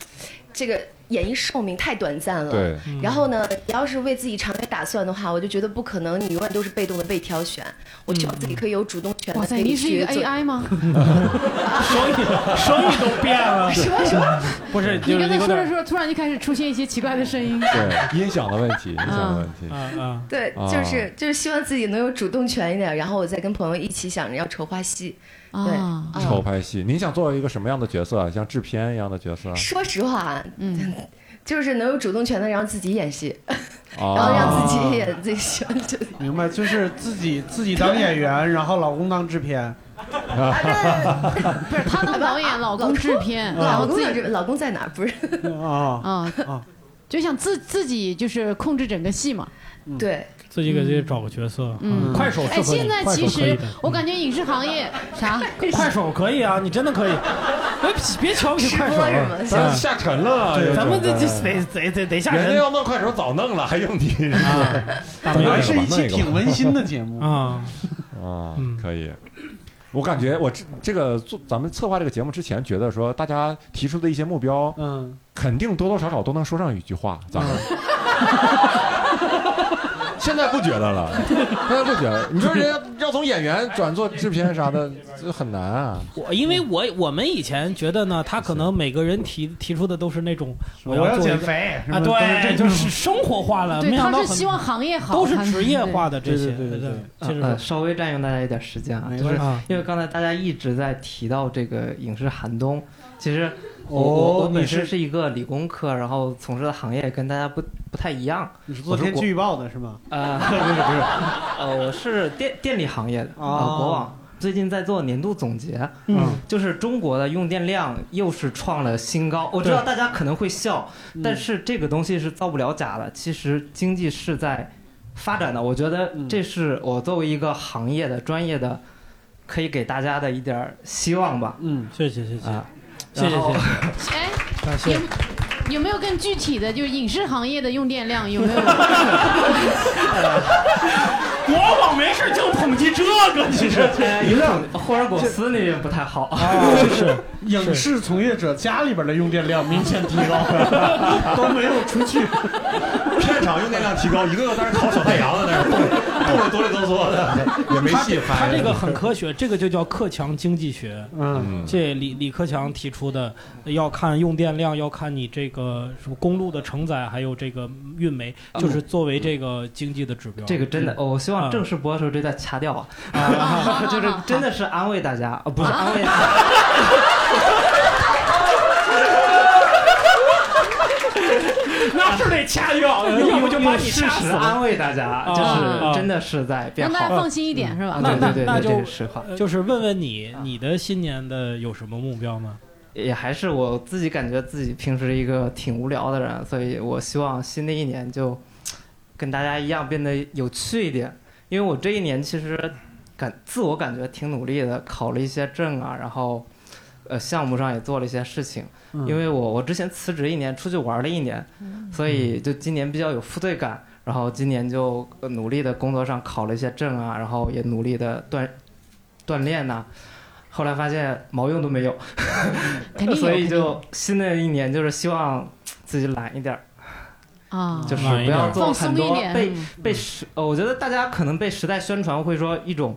Speaker 10: 这个演艺寿命太短暂了。
Speaker 2: 对，
Speaker 4: 嗯
Speaker 10: 然后呢，你要是为自己长远打算的话，我就觉得不可能，你永远都是被动的被挑选。我希望自己可以有主动权的。
Speaker 4: 哇塞，
Speaker 10: 可以
Speaker 4: 您是一个
Speaker 10: 去做
Speaker 4: AI 吗？
Speaker 5: 生意生意都变了，
Speaker 10: 什么什么？
Speaker 5: 不是
Speaker 4: 你
Speaker 5: 就是
Speaker 4: 刚才
Speaker 5: 有
Speaker 4: 说着
Speaker 5: 点
Speaker 4: 说着，突然就开始出现一些奇怪的声 音。
Speaker 2: 对，音响的问题，音响的问题
Speaker 5: 啊。啊
Speaker 10: 对，
Speaker 2: 啊
Speaker 10: 就是就是希望自己能有主动权一点，然后我再跟朋友一起想着要筹划戏。对
Speaker 4: 啊，
Speaker 10: 啊
Speaker 2: 超拍戏，您想做一个什么样的角色啊？像制片一样的角色啊
Speaker 10: 说实话，啊
Speaker 4: 嗯，
Speaker 10: 就是能有主动权的，然后自己 演戏，然后
Speaker 2: 啊？
Speaker 10: 让自
Speaker 8: 哦
Speaker 10: 己演自己喜欢的。
Speaker 3: 明白，就是自己自己当演员，然后老公当制片。
Speaker 2: 啊
Speaker 4: 不是她当导演，老公制片，然
Speaker 10: 老
Speaker 4: 后
Speaker 10: 公
Speaker 4: 自
Speaker 10: 在
Speaker 4: 己
Speaker 10: 这，老公在哪儿？不是，
Speaker 3: 啊，
Speaker 4: 啊
Speaker 3: 啊
Speaker 4: 就想自自己就是控制整个戏嘛。
Speaker 10: 对，
Speaker 5: 自己给自己找个角色，
Speaker 4: 嗯
Speaker 5: 嗯快手适
Speaker 4: 哎，
Speaker 5: 合你
Speaker 4: 现在
Speaker 5: 快手
Speaker 4: 其
Speaker 5: 可以
Speaker 4: 实
Speaker 5: 的嗯
Speaker 4: 我感觉影视 行业啥，
Speaker 5: 快手可以啊，你真的 可以，哎别瞧不起快手
Speaker 10: 直播什么的
Speaker 5: 啊，
Speaker 2: 咱下沉了，有
Speaker 5: 对，
Speaker 2: 种
Speaker 5: 咱们这这得得得得下
Speaker 2: 人家
Speaker 5: 人
Speaker 2: 要弄快手早弄了，还用你
Speaker 5: 啊，大
Speaker 3: 本
Speaker 5: 明
Speaker 3: 来
Speaker 2: 白
Speaker 3: 是一期挺温馨的节目。
Speaker 5: 啊，
Speaker 2: 啊
Speaker 5: 嗯？
Speaker 2: 可以。我感觉我这这个做咱们策划这个节目之前，觉得说大家提出的一些目标，
Speaker 3: 嗯，
Speaker 2: 肯定多多少少都能说上一句话，咱们。
Speaker 5: 嗯
Speaker 2: 现在不觉得了，现在不觉得。你说人家要从演员转做制片啥的，这很难啊。
Speaker 5: 我因为我我们以前觉得呢，他可能每个人提提出的都是那种
Speaker 3: 我
Speaker 5: 要
Speaker 3: 要
Speaker 5: 做一
Speaker 3: 减
Speaker 5: 个
Speaker 3: 肥
Speaker 5: 啊，对，就是生活化了，
Speaker 4: 对，
Speaker 5: 没想
Speaker 4: 他
Speaker 5: 到
Speaker 4: 是
Speaker 5: 很
Speaker 4: 希望行业好，
Speaker 5: 都是
Speaker 4: 他
Speaker 5: 职业化
Speaker 4: 对
Speaker 5: 的这些，
Speaker 3: 对对对对
Speaker 5: 其实
Speaker 11: 呃，稍微占用大家一点时间啊，
Speaker 3: 没
Speaker 11: 就
Speaker 3: 关
Speaker 11: 是
Speaker 3: 系
Speaker 5: 啊，
Speaker 11: 因为刚才大家一直在提到这个影视寒冬，其实我、我
Speaker 3: 哦
Speaker 11: 我，
Speaker 3: 你
Speaker 11: 本身
Speaker 3: 是
Speaker 11: 是一个理工科，然后从事的行业跟大家不不太一样，
Speaker 3: 你是做天气预报的是吗？
Speaker 11: 呃，不是不是，呃，我是电电力行业的，
Speaker 3: 哦
Speaker 11: 呃，国网最近在做年度总结，
Speaker 3: 嗯，
Speaker 11: 就是中国的用电量又是创了新高。我知道大家可能会笑，
Speaker 5: 嗯
Speaker 11: 但是这个东西是造不了假的。其实经济是在发展的，我觉得
Speaker 3: 嗯
Speaker 11: 这是我作为一个行业的专业的，可以给大家的一点儿希望吧。
Speaker 3: 嗯，
Speaker 5: 谢谢谢谢
Speaker 11: 啊，
Speaker 5: 谢谢
Speaker 11: 然后
Speaker 5: 谢谢，
Speaker 4: 哎，
Speaker 5: 感谢
Speaker 4: 有。有没有更具体的，就是影视行业的用电量 有没有？
Speaker 5: 国网没事就统计这个，你 这
Speaker 11: 呃 有点霍尔果斯那边不太好。
Speaker 3: 啊
Speaker 5: 是
Speaker 3: 影视从业者家里边的用电量明显提高， 都没有出去。
Speaker 8: 片场用电量提高，一个个在那烤小太阳在那动，动了哆里哆嗦的，也没戏
Speaker 5: 他
Speaker 8: 拍。
Speaker 5: 这个很科学，这个就叫克强经济学。
Speaker 3: 嗯，
Speaker 2: 嗯，
Speaker 5: 这李李克强提出的，要看用电量，要看你这个什么公路的承载，还有这个运煤，就是作为这个经济的指标。
Speaker 11: 这个真的，哦我希望正式播的时候这段掐掉 啊，啊， 就是真的是安慰大家啊，不是安慰。
Speaker 5: 那是得掐掉，要不就把你掐死
Speaker 11: 事实
Speaker 5: 了。
Speaker 11: 安慰大家，就
Speaker 5: 啊
Speaker 11: 是真的是在变
Speaker 4: 让大家
Speaker 11: 好。
Speaker 4: 放心一点是
Speaker 11: 啊
Speaker 4: 吧？
Speaker 5: 那
Speaker 11: 对对对，
Speaker 5: 那就
Speaker 11: 这是实话，
Speaker 5: 就是问问你，你的新年的有什么目标吗？
Speaker 11: 也还是我自己感觉自己平时一个挺无聊的人，所以我希望新的一年就跟大家一样变得有趣一点。因为我这一年其实感自我感觉挺努力的，考了一些证啊，然后呃项目上也做了一些事情。因为我我之前辞职一年，出去玩了一年，
Speaker 4: 嗯
Speaker 11: 所以就今年比较有负罪感。然后今年就呃努力的工作上考了一些证啊，然后也努力的锻锻炼呐、后来发现毛用都 没有，
Speaker 4: 肯定有
Speaker 11: 所以
Speaker 4: 肯定有
Speaker 11: 就新的一年就是希望自己懒一点儿，
Speaker 4: 啊，
Speaker 11: 就是
Speaker 5: 懒一
Speaker 11: 不
Speaker 5: 点
Speaker 11: 要
Speaker 5: 儿
Speaker 11: 做
Speaker 4: 放
Speaker 11: 很
Speaker 4: 松一
Speaker 11: 多
Speaker 4: 点。
Speaker 11: 被
Speaker 4: 嗯
Speaker 11: 被时，呃我觉得大家可能被时代宣传会说一种，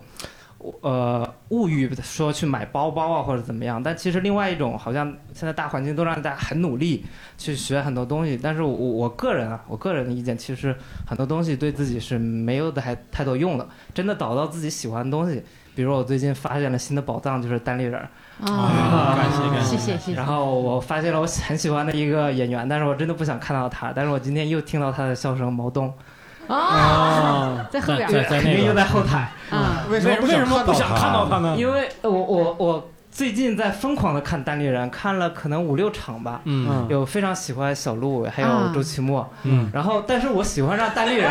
Speaker 11: 呃物欲说去买包包啊或者怎么样，但其实另外一种好像现在大环境都让大家很努力去学很多东西，但是我我我个人啊，我个人的意见其实很多东西对自己是没有太太多用的，真的找到自己喜欢的东西，比如我最近发现了新的宝藏就是单立人儿，
Speaker 4: 啊感谢感谢谢谢谢谢
Speaker 11: 然后我发现了我很喜欢的一个演员，但是我真的不想看到他，但是我今天又听到他的笑声毛东。
Speaker 4: 啊，在后边儿，
Speaker 11: 对，肯定又在后台。
Speaker 4: 啊
Speaker 11: 为
Speaker 5: 为为什么不想看到他呢
Speaker 11: 因为我我我最近在疯狂的看单立人，看了可能五六场吧。
Speaker 5: 嗯
Speaker 11: 有非常喜欢小鹿，还
Speaker 5: 啊
Speaker 11: 有周奇墨。
Speaker 5: 嗯，
Speaker 11: 然后但是我喜欢上单立 人。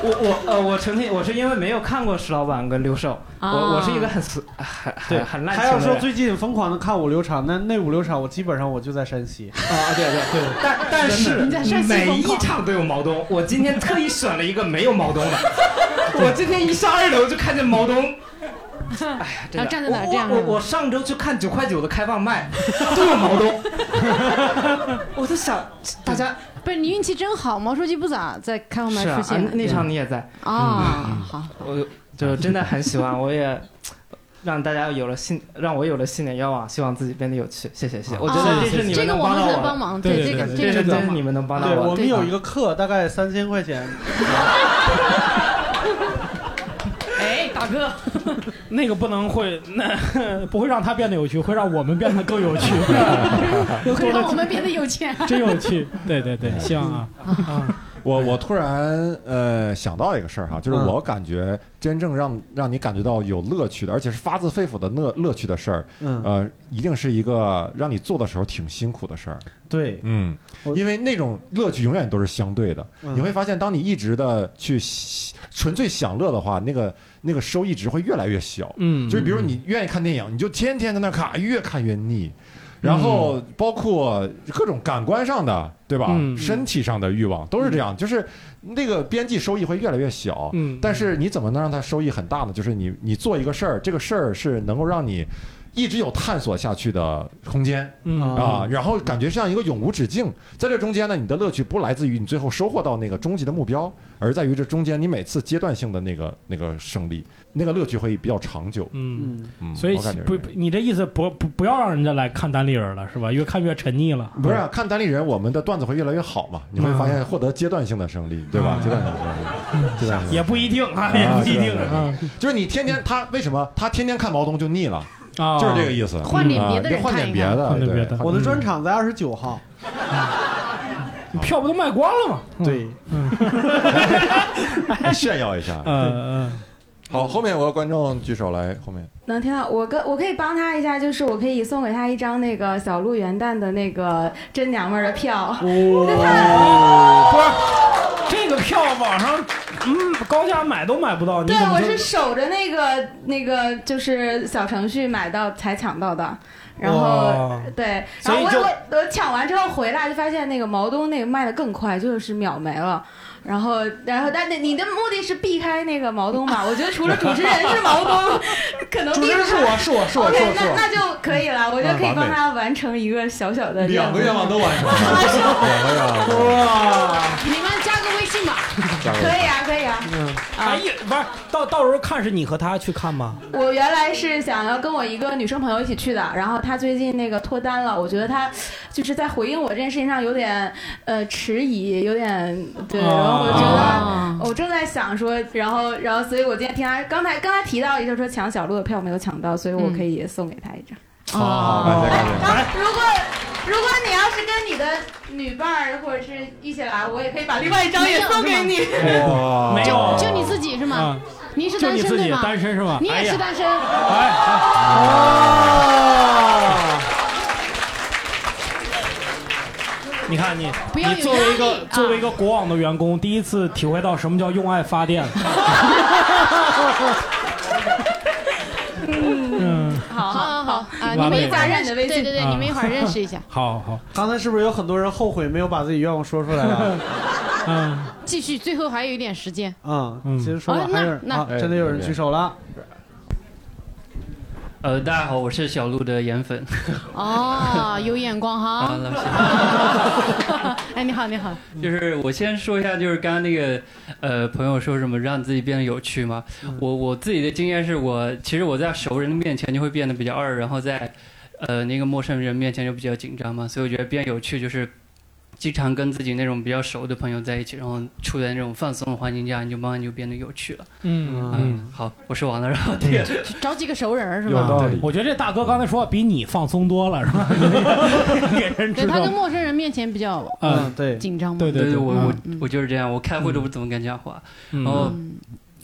Speaker 11: 我我呃，我澄清，我是因为没有看过石老板跟刘寿，我
Speaker 4: 啊
Speaker 11: 我是一个很俗很
Speaker 3: 对
Speaker 11: 很很烂情
Speaker 3: 还
Speaker 11: 的
Speaker 3: 要
Speaker 11: 人。
Speaker 3: 说最近疯狂的看五六场，那那五六场我基本上我就在山西。
Speaker 11: 啊，对对对，但但是每一场都有毛东，我今天特意选了一个没有毛东 的。我今天一上二楼就看见毛东，哎呀，真的
Speaker 4: 然后站在哪儿
Speaker 11: 我
Speaker 4: 这样啊
Speaker 11: 我我上周去看九块九的开放 麦，都有毛东，我就想大家
Speaker 4: 不是你运气真好，毛书记不咋在开放麦
Speaker 11: 是啊
Speaker 4: 出现
Speaker 11: 啊
Speaker 4: 呢。
Speaker 11: 那场你也在嗯
Speaker 4: 啊，好，
Speaker 11: 我就真的很喜欢，我也。让大家有了新，让我有了新年愿望，希望自己变得有趣。谢谢谢谢，我觉得这是你
Speaker 4: 啊这
Speaker 11: 们
Speaker 4: 个
Speaker 11: 能
Speaker 4: 我
Speaker 11: 帮
Speaker 4: 们
Speaker 11: 到
Speaker 4: 能
Speaker 11: 我
Speaker 4: 帮忙对这个这个
Speaker 11: 这
Speaker 4: 能帮
Speaker 11: 是
Speaker 4: 忙
Speaker 11: 你们能帮到
Speaker 3: 对，我
Speaker 11: 我
Speaker 3: 们有一个课，大概三千块钱。
Speaker 9: 哎，大哥，
Speaker 5: 那个不能会，那不会让他变得有趣，会让我们变得更有趣，
Speaker 4: 会让我们变得有钱。啊
Speaker 5: 真有趣。对对对，希望啊，
Speaker 2: 我我突然呃想到一个事儿哈，就是
Speaker 5: 嗯
Speaker 2: 我感觉真正让让你感觉到有乐趣的，而且是发自肺腑的乐乐趣的事儿，
Speaker 3: 嗯
Speaker 2: 呃，一定是一个让你做的时候挺辛苦的事儿。
Speaker 3: 对，
Speaker 2: 嗯，因为那种乐趣永远都是相对的。
Speaker 3: 嗯
Speaker 2: 你会发现，当你一直的去喜纯粹享乐的话，那个那个收益值会越来越小。
Speaker 5: 嗯
Speaker 2: 就是比如你愿意看电影，你就天天在那看，越看越腻。然后包括各种感官上的，对吧？
Speaker 5: 嗯
Speaker 2: 身体上的欲望都是这样，就是那个边际收益会越来越小。
Speaker 5: 嗯
Speaker 2: 但是你怎么能让它收益很大呢？就是你你做一个事儿，这个事儿是能够让你一直有探索下去的空间。
Speaker 5: 嗯
Speaker 2: 啊，然后感觉像一个永无止境。在这中间呢，你的乐趣不来自于你最后收获到那个终极的目标，而在于这中间你每次阶段性的那个那个胜利，那个乐趣会比较长久。
Speaker 5: 嗯
Speaker 2: 嗯
Speaker 5: 所以
Speaker 2: 我感觉是
Speaker 5: 不，不你这意思不不不要让人家来看单立人了，是吧？越看越沉溺了。
Speaker 2: 不是啊、看单立人，我们的段子会越来越好
Speaker 5: 嗯
Speaker 2: 嘛？你会发现获得阶段性的胜利，对吧？阶段性的胜利， 阶段性的
Speaker 5: 嗯也不一定啊，也
Speaker 2: 啊
Speaker 5: 不一定
Speaker 2: 是
Speaker 5: 啊。
Speaker 2: 就是你天天他为什么他天天看毛东就腻了？
Speaker 5: 啊
Speaker 2: 就是这个意思。
Speaker 5: 换点别的
Speaker 2: 啊
Speaker 5: 人
Speaker 2: 换
Speaker 5: 看
Speaker 2: 点
Speaker 5: 一
Speaker 2: 别
Speaker 5: 看
Speaker 2: 的，
Speaker 5: 换点
Speaker 2: 对嗯
Speaker 5: 别的
Speaker 2: 换
Speaker 3: 我的专场在二十九号。
Speaker 5: 票不都卖光了吗？
Speaker 3: 对，
Speaker 2: 哎炫耀一下。
Speaker 5: 嗯嗯。
Speaker 2: 好，后面我要观众举手来，后面
Speaker 12: 能听到我跟我可以帮他一下，就是我可以送给他一张那个小鹿元旦的那个真娘们儿的票。
Speaker 5: 哦不 是这个票网上嗯高价买都买不到，你
Speaker 12: 对
Speaker 4: 啊
Speaker 5: 怎，么
Speaker 12: 我
Speaker 5: 就是
Speaker 12: 守着那个那个就是小程序买到才抢到的，然后
Speaker 5: 哇
Speaker 12: 对，
Speaker 5: 所
Speaker 12: 然后
Speaker 5: 以
Speaker 12: 我
Speaker 5: 就
Speaker 12: 我我抢完之后回来就发现那个毛东那个卖的更快，就是秒没了。然后，然后，但那你的目的是避开那个毛 东吧？我觉得除了主持人是毛东，可能
Speaker 8: 主持人
Speaker 12: 避不
Speaker 8: 是我
Speaker 12: 开
Speaker 8: 是我是我
Speaker 12: OK，
Speaker 8: 是我是
Speaker 12: 那
Speaker 8: 我
Speaker 12: 那就可以了，我觉得可以
Speaker 8: 嗯完美
Speaker 12: 帮他完成一个小小的
Speaker 8: 两个愿望都完 成了，都完
Speaker 2: 个愿望
Speaker 12: 两
Speaker 8: 成了。哇！
Speaker 4: 你们加个微信吧。
Speaker 12: 可以啊，可以啊。
Speaker 5: 嗯，哎呀，不是到到时候看是你和他去看吗？
Speaker 12: 我原来是想要跟我一个女生朋友一起去的，然后她最近那个脱单了，我觉得她就是在回应我这件事情上有点呃迟疑，有点对，然后我觉得、
Speaker 5: 哦
Speaker 4: 啊
Speaker 12: 我正在想说，然后然后所以我今天听她刚才刚才提到，也就是说抢小鹿的票没有抢到，所以我可以送给她一张。
Speaker 13: 哦
Speaker 2: 好
Speaker 5: 嗯
Speaker 2: 好，好
Speaker 5: 哦
Speaker 2: 感谢感谢。
Speaker 12: 啊，如果如果你要是跟你的女伴儿或者是一起来，我也可以把另外一张也送给你。
Speaker 2: 哇
Speaker 5: 没有，
Speaker 4: 就你自己是吗
Speaker 5: 啊？
Speaker 4: 您是
Speaker 5: 就
Speaker 4: 单
Speaker 5: 你
Speaker 4: 身
Speaker 5: 自己
Speaker 4: 对吗？
Speaker 5: 单身是吧
Speaker 4: 你也
Speaker 5: 哎
Speaker 4: 是
Speaker 5: 呀
Speaker 4: 单身。
Speaker 2: 哎
Speaker 5: 啊你看你，
Speaker 4: 不要有
Speaker 5: 你作为一
Speaker 4: 压
Speaker 5: 个
Speaker 4: 力啊
Speaker 5: 作为一个国网的员工，第一次体会到什么叫用爱发电。嗯，
Speaker 12: 好
Speaker 4: 好好好啊！
Speaker 5: 完
Speaker 4: 你们
Speaker 5: 美
Speaker 4: 一会儿
Speaker 12: 加
Speaker 4: 认
Speaker 12: 你的
Speaker 4: 识，对
Speaker 12: 微
Speaker 4: 对
Speaker 12: 信
Speaker 4: 对，
Speaker 2: 啊
Speaker 4: 你们一会儿认识 一下。
Speaker 5: 好好，
Speaker 3: 刚才是不是有很多人后悔没有把自己愿望说出来啊？
Speaker 5: 嗯
Speaker 4: 继续，最后还有一点时间。
Speaker 3: 嗯，其实说吧
Speaker 4: 哦，
Speaker 3: 还有人
Speaker 4: 那
Speaker 3: 啊，
Speaker 4: 那
Speaker 3: 真的有人举手了。
Speaker 13: 呃，大家好，我是小鹿的颜粉。
Speaker 4: 哦，有眼光
Speaker 13: 啊，
Speaker 4: 哈。
Speaker 13: 老师。
Speaker 4: 哎，你好，你好。
Speaker 13: 就是我先说一下，就是刚刚那个呃朋友说什么让自己变得有趣吗？我我自己的经验是我其实我在熟人面前就会变得比较二，然后在呃那个陌生人面前就比较紧张嘛，所以我觉得变有趣就是。经常跟自己那种比较熟的朋友在一起，然后处在那种放松的环境下，你就慢慢就变得有趣了。
Speaker 5: 嗯
Speaker 13: 嗯，好，我说完了，然后这 个
Speaker 4: 找几个熟人儿是
Speaker 5: 哎有
Speaker 4: 吧？
Speaker 5: 道理。我觉得这大哥刚才说话比你放松多了，是吧？给人
Speaker 4: 对
Speaker 5: 知
Speaker 4: 他
Speaker 5: 道
Speaker 4: 跟。陌生人面前比较
Speaker 13: 嗯，
Speaker 3: 对，
Speaker 4: 紧张吗？
Speaker 13: 对对，我我
Speaker 4: 嗯
Speaker 13: 我就是这样，我开会都不怎么敢讲话，
Speaker 5: 嗯
Speaker 13: 然后。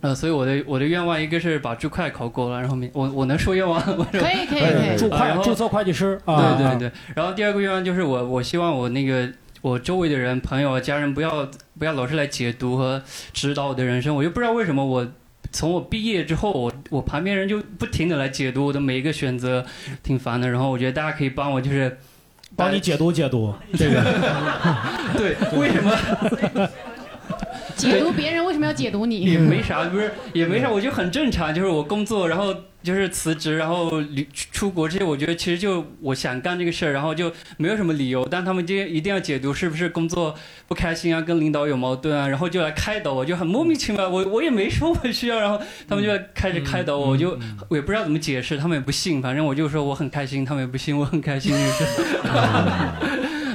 Speaker 13: 呃，所以我的我的愿望一个是把注会考过了，然后明我我能说呃愿望吗？ 可
Speaker 4: 以可
Speaker 5: 哎注会注册会计师啊，
Speaker 13: 对对对。然后第二个愿望就是我我希望我那个我周围的人、朋友、啊家人不要不要老是来解读和指导我的人生，我就不知道为什么我。从我毕业之后，我我旁边人就不停的来解读我的每一个选择，挺烦的。然后我觉得大家可以帮我，就是
Speaker 5: 帮你解读解读这个，
Speaker 13: 对为什么
Speaker 4: 解读别人为什么要解读你？
Speaker 13: 也 没啥，不是也没啥，我就很正常，就是我工作，然后就是辞职，然后旅出国这些，我觉得其实就我想干这个事儿，然后就没有什么理由，但他们今天一定要解读是不是工作不开心啊，跟领导有矛盾啊，然后就来开导我，就很莫名其妙，我我也没说我需要，然后他们就开始开导我，我就我也不知道怎么解释，他们也不信，反正我就说我很开心，他们也不信我很开心，就是。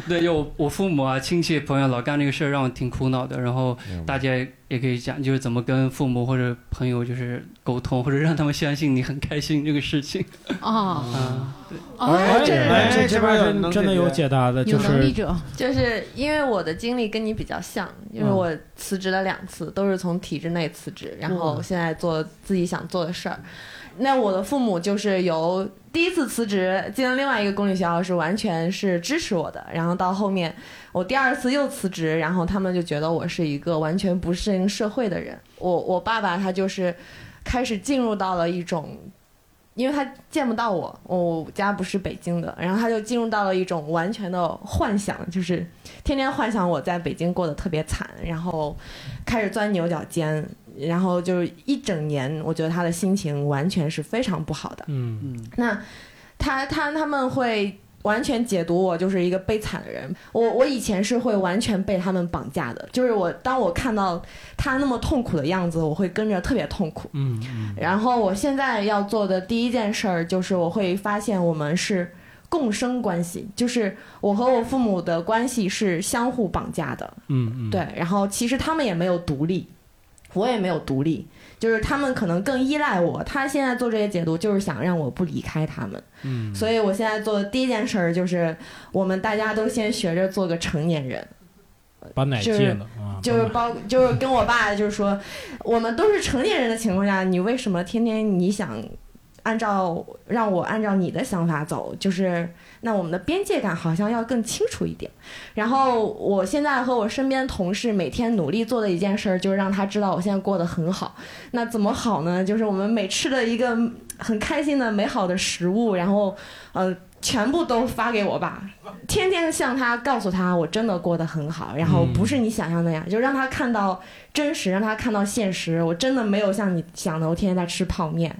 Speaker 13: 对，就我我父母啊、亲戚朋友老干这个事儿，让我挺苦恼的。然后大家也可以讲，就是怎么跟父母或者朋友就是沟通，或者让他们相信你很开心这个事情。 嗯
Speaker 4: 哦，
Speaker 5: 哎
Speaker 4: 哦，这
Speaker 5: 哎这这边
Speaker 4: 有
Speaker 5: 是真的有解答的，就
Speaker 4: 有能力
Speaker 5: 是
Speaker 4: 者，
Speaker 14: 就是因为我的经历跟你比较像，因
Speaker 5: 嗯
Speaker 14: 为我辞职了两次，都是从体制内辞职，然后现在做自己想做的事儿。那我的父母就是由第一次辞职进了另外一个公立学校是完全是支持我的，然后到后面我第二次又辞职，然后他们就觉得我是一个完全不适应社会的人。我我爸爸他就是开始进入到了一种因为他见不到我，我家不是北京的，然后他就进入到了一种完全的幻想，就是天天幻想我在北京过得特别惨，然后开始钻牛角尖，然后就是一整年，我觉得他的心情完全是非常不好的。
Speaker 5: 嗯嗯。
Speaker 14: 那他他他们会完全解读我就是一个悲惨的人。我我以前是会完全被他们绑架的，就是我当我看到他那么痛苦的样子，我会跟着特别痛苦。
Speaker 13: 嗯
Speaker 14: 然后我现在要做的第一件事儿就是，我会发现我们是共生关系，就是我和我父母的关系是相互绑架的。
Speaker 13: 嗯嗯
Speaker 14: 对，然后其实他们也没有独立，我也没有独立，就是他们可能更依赖我。他现在做这些解读，就是想让我不离开他们。
Speaker 13: 嗯
Speaker 14: 所以我现在做的第一件事儿就是，我们大家都先学着做个成年人。
Speaker 5: 把奶
Speaker 14: 就
Speaker 5: 戒
Speaker 14: 是
Speaker 5: 了啊，
Speaker 14: 就是包就是跟我爸就是说，我们都是成年人的情况下，你为什么天天你想按照让我按照你的想法走？就是那我们的边界感好像要更清楚一点。然后我现在和我身边同事每天努力做的一件事儿，就是让他知道我现在过得很好。那怎么好呢？就是我们每吃的一个很开心的美好的食物，然后呃。全部都发给我爸，天天向他告诉他我真的过得很好，然后不是你想象那样，就让他看到真实，让他看到现实。我真的没有像你想的，我天天在吃泡面。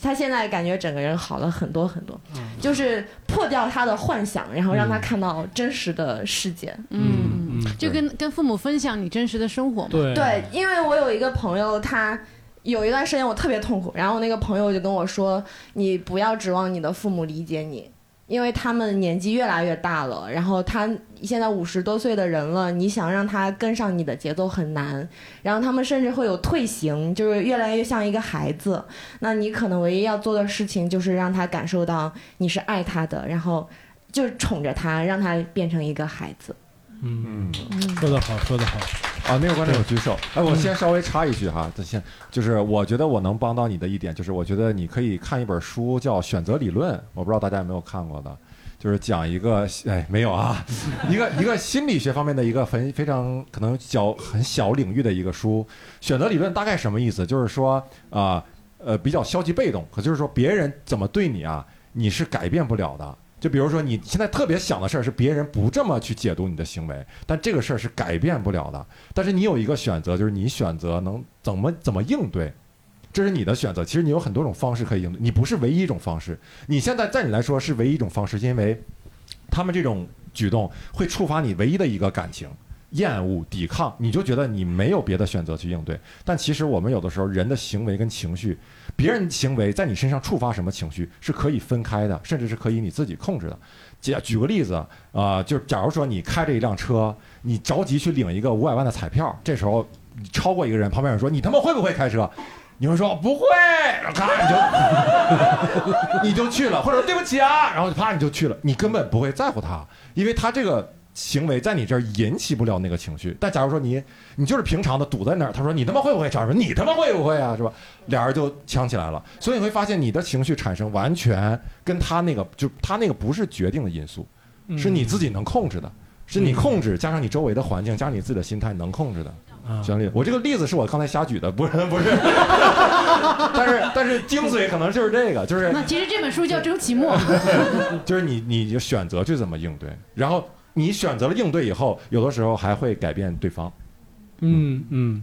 Speaker 14: 他现在感觉整个人好了很多很多，就是破掉他的幻想，然后让他看到真实的世界。
Speaker 4: 嗯，就跟跟父母分享你真实的生活嘛。
Speaker 14: 对，因为我有一个朋友，他有一段时间我特别痛苦，然后那个朋友就跟我说：“你不要指望你的父母理解你，因为他们年纪越来越大了，然后他现在五十多岁的人了，你想让他跟上你的节奏很难，然后他们甚至会有退行，就是越来越像一个孩子。那你可能唯一要做的事情就是让他感受到你是爱他的，然后就是宠着他，让他变成一个孩子。”
Speaker 2: 嗯，
Speaker 5: 说得好，说得好。
Speaker 2: 啊，那个观众有举手。哎，我
Speaker 5: 嗯
Speaker 2: 先稍微插一句哈，这先就是我觉得我能帮到你的一点，就是我觉得你可以看一本书叫《选择理论》，我不知道大家有没有看过的，就是讲一个哎没有啊， 一个一个心理学方面的一个很非常可能小很小领域的一个书。选择理论大概什么意思？就是说啊呃比较消极被动，可就是说别人怎么对你啊，你是改变不了的。就比如说，你现在特别想的事儿是别人不这么去解读你的行为，但这个事儿是改变不了的。但是你有一个选择，就是你选择能怎么怎么应对。这是你的选择。其实你有很多种方式可以应对，你不是唯一一种方式。你现在在你来说是唯一一种方式，因为他们这种举动会触发你唯一的一个感情。厌恶、抵抗，你就觉得你没有别的选择去应对。但其实我们有的时候人的行为跟情绪，别人行为在你身上触发什么情绪是可以分开的，甚至是可以你自己控制的。举举个例子啊、呃，就是假如说你开着一辆车，你着急去领一个五百万的彩票，这时候你超过一个人，旁边有人说你他妈会不会开车？你会说不会，咔 你就你就去了，或者说对不起啊，然后啪你就去了，你根本不会在乎他，因为他这个行为在你这儿引起不了那个情绪。但假如说你你就是平常的堵在那儿，他说你他妈会不会这样说你他妈会不会啊，是吧？俩人就呛起来了。所以你会发现你的情绪产生完全跟他那个就他那个不是决定的因素，是你自己能控制的，是你控制加上你周围的环境加上你自己的心态能控制的。旋律，我这个例子是我刚才瞎举的，不是不是， 但是但是精髓可能就是这个，就是
Speaker 4: 那其实这本书叫《周奇墨》
Speaker 2: 就是你你就选择去怎么应对，然后你选择了应对以后，有的时候还会改变对方。
Speaker 5: 嗯嗯，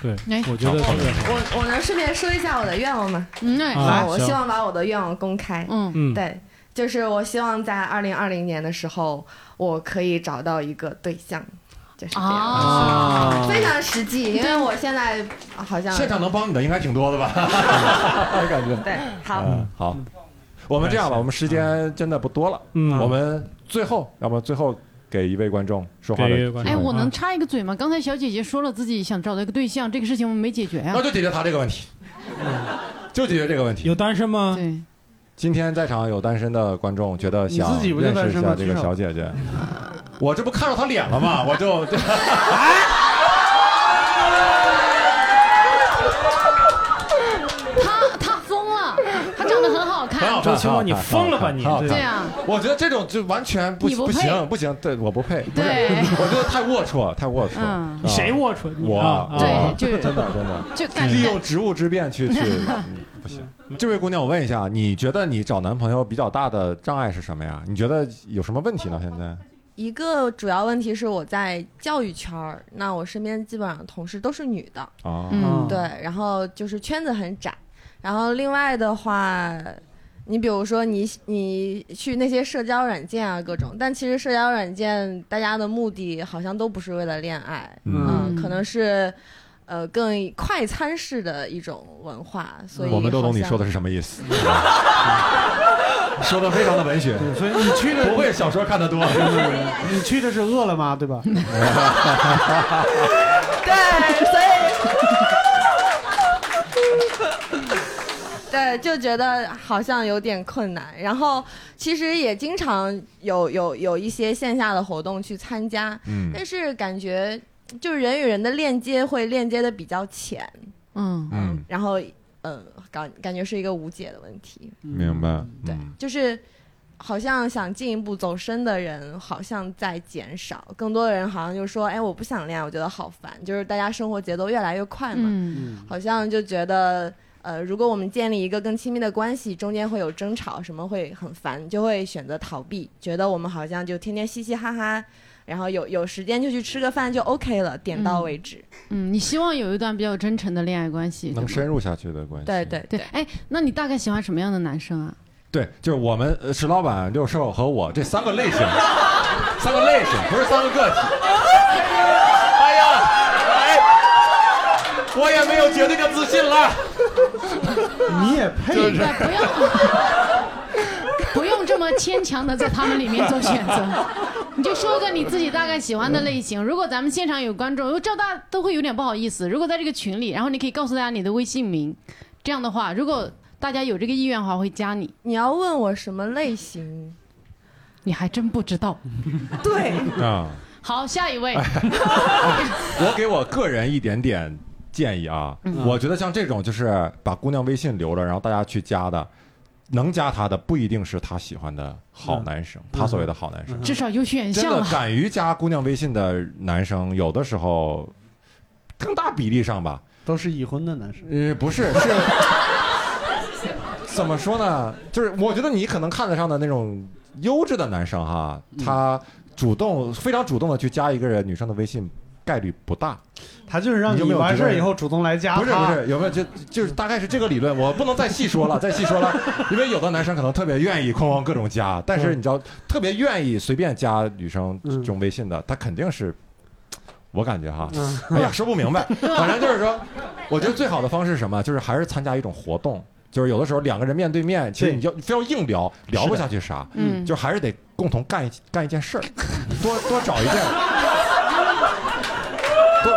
Speaker 5: 对
Speaker 14: 哎，
Speaker 5: 我觉得这个
Speaker 14: 我我能顺便说一下我的愿望吗？
Speaker 4: 嗯，
Speaker 5: 哎
Speaker 14: 好，
Speaker 5: 好
Speaker 14: 我
Speaker 5: 行
Speaker 14: 希望把我的愿望公开。
Speaker 5: 嗯
Speaker 14: 对，就是我希望在二零二零年的时候，我可以找到一个对象，就是这样，
Speaker 2: 啊
Speaker 14: 哦非常实际。因为我现在好像
Speaker 2: 现场能帮你的应该挺多的吧？ 我感觉
Speaker 14: 对，好，
Speaker 2: 嗯，好，我们这样吧，我们时间真的不多了，
Speaker 5: 嗯
Speaker 2: 我们最后，要么最后给一位观众说话的
Speaker 5: 给一
Speaker 2: 机
Speaker 5: 位
Speaker 2: 会，啊
Speaker 4: 哎，我能插一个嘴吗？刚才小姐姐说了自己想找到一个对象，这个事情我们没解决呀、
Speaker 2: 那哦就解决他这个问题，
Speaker 3: 嗯
Speaker 2: 就解决这个问题。
Speaker 5: 有单身吗？
Speaker 4: 对。
Speaker 2: 今天在场有单身的观众，觉得想
Speaker 3: 你自己不就
Speaker 2: 认
Speaker 3: 单
Speaker 2: 识一
Speaker 3: 身吗
Speaker 2: 下这个
Speaker 3: 举手
Speaker 2: 小姐姐，我这不看着她脸了吗？我就
Speaker 4: 她她疯了，她长得很好看。
Speaker 5: 周奇墨你疯了吧你
Speaker 2: 好好好
Speaker 4: 对啊
Speaker 2: 我觉得这种就完全不
Speaker 4: 你不
Speaker 2: 不
Speaker 4: 配
Speaker 2: 行不行，对，我不配，不是
Speaker 4: 对
Speaker 2: 我觉得太龌龊，太龌龊
Speaker 4: 嗯。
Speaker 2: 啊
Speaker 5: 谁龌龊你
Speaker 2: 我
Speaker 5: 啊
Speaker 2: 我
Speaker 5: 对
Speaker 4: 就是
Speaker 2: 真的真的，
Speaker 4: 就感觉
Speaker 2: 利用职务之便 去去，嗯不行。这位姑娘，我问一下，你觉得你找男朋友比较大的障碍是什么呀？你觉得有什么问题呢？现在？
Speaker 14: 一个主要问题是我在教育圈儿，那我身边基本上同事都是女的，
Speaker 2: 哦
Speaker 14: 嗯，对，然后就是圈子很窄，然后另外的话，你比如说你你去那些社交软件啊各种，但其实社交软件大家的目的好像都不是为了恋爱，
Speaker 2: 嗯
Speaker 14: 可能是。呃，更快餐式的一种文化，所以
Speaker 2: 我们都懂你说的
Speaker 14: 是
Speaker 2: 是什么意思，说的非常的文学，
Speaker 3: 所以你去的
Speaker 2: 不会小说看得多，
Speaker 3: 你去的是饿了么，对吧？
Speaker 14: 对，所以，对，就觉得好像有点困难。然后其实也经常有有有一些线下的活动去参加，
Speaker 2: 嗯
Speaker 14: 但是感觉就是人与人的链接会链接的比较浅，
Speaker 4: 嗯
Speaker 2: 嗯，
Speaker 14: 然后呃，感感觉是一个无解的问题，
Speaker 2: 明
Speaker 4: 嗯
Speaker 2: 白，嗯对，
Speaker 14: 就是。好像想进一步走深的人好像在减少，更多的人好像就说：“哎，我不想恋爱，我觉得好烦。”就是大家生活节奏越来越快嘛，
Speaker 4: 嗯
Speaker 14: 好像就觉得，呃，如果我们建立一个更亲密的关系，中间会有争吵，什么会很烦，就会选择逃避，觉得我们好像就天天嘻嘻哈哈，然后有有时间就去吃个饭就 OK 了，点到为止。
Speaker 4: 嗯，你希望有一段比较真诚的恋爱关系，对
Speaker 2: 能
Speaker 4: 吧
Speaker 2: 深入下去的关系。
Speaker 14: 对对
Speaker 4: 对。哎，那你大概喜欢什么样的男生啊？
Speaker 2: 对，就是我们呃石老板、六兽和我这三个类型，三个类型，不是三个个体。哎呀，哎，我也没有绝对的自信了。
Speaker 3: 你也配？
Speaker 2: 就是
Speaker 4: 不用，不用这么牵强的在他们里面做选择， 你就说个你自己大概喜欢的类型。如果咱们现场有观众，我知道大家都会有点不好意思。如果在这个群里，然后你可以告诉大家你的微信名，这样的话，如果大家有这个意愿的话，我会加你。
Speaker 14: 你要问我什么类型？
Speaker 4: 你还真不知道。
Speaker 14: 对，
Speaker 2: 啊，
Speaker 4: 好，下一位。
Speaker 2: 我给我个人一点点建议啊，
Speaker 4: 嗯
Speaker 2: 我觉得像这种就是把姑娘微信留了，然后大家去加的，能加她的不一定是她喜欢的好男生，她所谓的好男生。
Speaker 4: 嗯至少有选
Speaker 2: 真
Speaker 4: 项
Speaker 2: 的
Speaker 4: 了。
Speaker 2: 敢于加姑娘微信的男生，有的时候更大比例上吧，
Speaker 3: 都是已婚的男生。
Speaker 2: 呃，不是是。怎么说呢？就是我觉得你可能看得上的那种
Speaker 3: 嗯
Speaker 2: 优质的男生哈，他主动非常主动的去加一个人女生的微信，概率不大。
Speaker 3: 他就是让
Speaker 2: 你有
Speaker 3: 你
Speaker 2: 没有
Speaker 3: 完
Speaker 2: 觉
Speaker 3: 事
Speaker 2: 得
Speaker 3: 儿以后主动来加
Speaker 2: 不是不
Speaker 3: 他
Speaker 2: 是，有没有就就是大概是这个理论，我不能再细说了，再细说了，因为有的男生可能特别愿意哐哐各种加，但
Speaker 3: 嗯
Speaker 2: 是你知道，特别愿意随便加女生这种微信的，他肯定是，我感觉哈，
Speaker 3: 嗯
Speaker 2: 哎呀说不明白，反正就是说，我觉得最好的方式是什么，就是还是参加一种活动。就是有的时候两个人面对面，其实你要非要硬聊，聊不下去啥，
Speaker 8: 嗯
Speaker 2: 就还是得共同干一干一件事儿，多多找 一件，多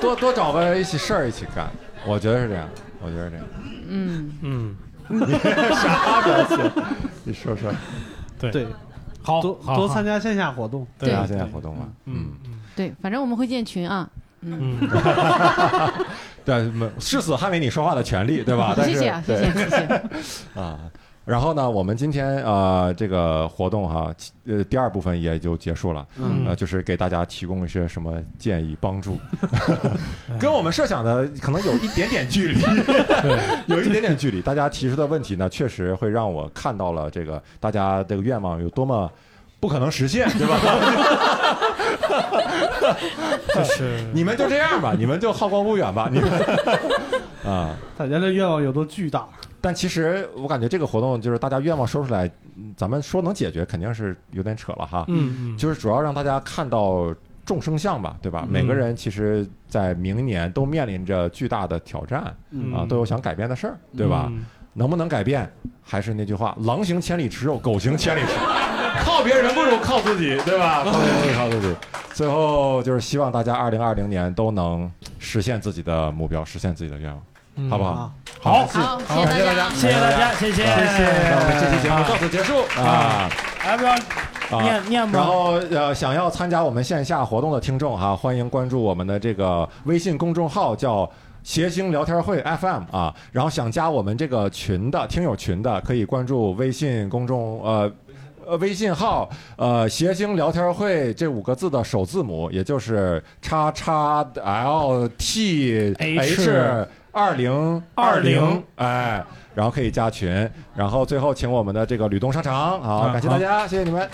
Speaker 2: 多多找个一起事儿一起干，我觉得是这样，我觉得是这样。
Speaker 4: 嗯
Speaker 5: 嗯，
Speaker 2: 啥表情？ 你说说，
Speaker 5: 对
Speaker 3: 对，
Speaker 5: 好，
Speaker 3: 多
Speaker 5: 好
Speaker 3: 多
Speaker 5: 好
Speaker 3: 参加线下活动，
Speaker 2: 对啊，现在活动嘛，嗯，
Speaker 4: 对，反正我们会建群啊。嗯，
Speaker 2: 对，啊没誓死捍卫你说话的权利，对吧？但
Speaker 4: 谢
Speaker 2: 是
Speaker 4: 谢啊，谢
Speaker 2: 对
Speaker 4: 谢谢谢。
Speaker 2: 啊。然后呢，我们今天呃这个活动哈、其呃第二部分也就结束了，
Speaker 8: 嗯
Speaker 2: 呃就是给大家提供一些什么建议帮 助， 跟我们设想的可能有一点点距离， 有一点点距离。大家提出的问题呢，确实会让我看到了这个大家这个愿望有多么不可能实现，对 吧？
Speaker 5: 就是
Speaker 2: 你们就这样吧，你们就好高骛远吧，你 们啊，
Speaker 3: 大家的愿望有多巨大？
Speaker 2: 但其实我感觉这个活动就是大家愿望说出来，嗯咱们说能解决肯定是有点扯了哈，
Speaker 8: 嗯嗯
Speaker 2: 就是主要让大家看到众生相吧，对吧？
Speaker 8: 嗯
Speaker 2: 每个人其实，在明年都面临着巨大的挑战，
Speaker 8: 嗯
Speaker 2: 啊，都有想改变的事儿，对吧？
Speaker 8: 嗯
Speaker 2: 能不能改变，还是那句话，狼行千里吃肉，狗行千里吃。 靠别人不如靠自己，对吧？ 靠自己，靠自己。最后就是希望大家二零二零年都能实现自己的目标，实现自己的愿望，
Speaker 5: 嗯
Speaker 2: 好不
Speaker 5: 好
Speaker 2: 好？
Speaker 5: 好好
Speaker 2: 感谢大家，
Speaker 5: 谢谢大家嗯谢谢
Speaker 2: 那我们这期节目到此结束啊。
Speaker 5: 要不要
Speaker 2: 啊
Speaker 5: 念念吧
Speaker 2: 然后呃，想要参加我们线下活动的听众哈、欢迎关注我们的这个微信公众号叫。谐星聊天会 FM 啊，然后想加我们这个群的听友群的，可以关注微信公众呃呃微信号呃谐星聊天会这五个字的首字母，也就是叉叉 L T H 二零二零，哎，然后可以加群，然后最后请我们的这个吕东上场，好，
Speaker 8: 嗯
Speaker 2: 感谢大家，谢谢你们。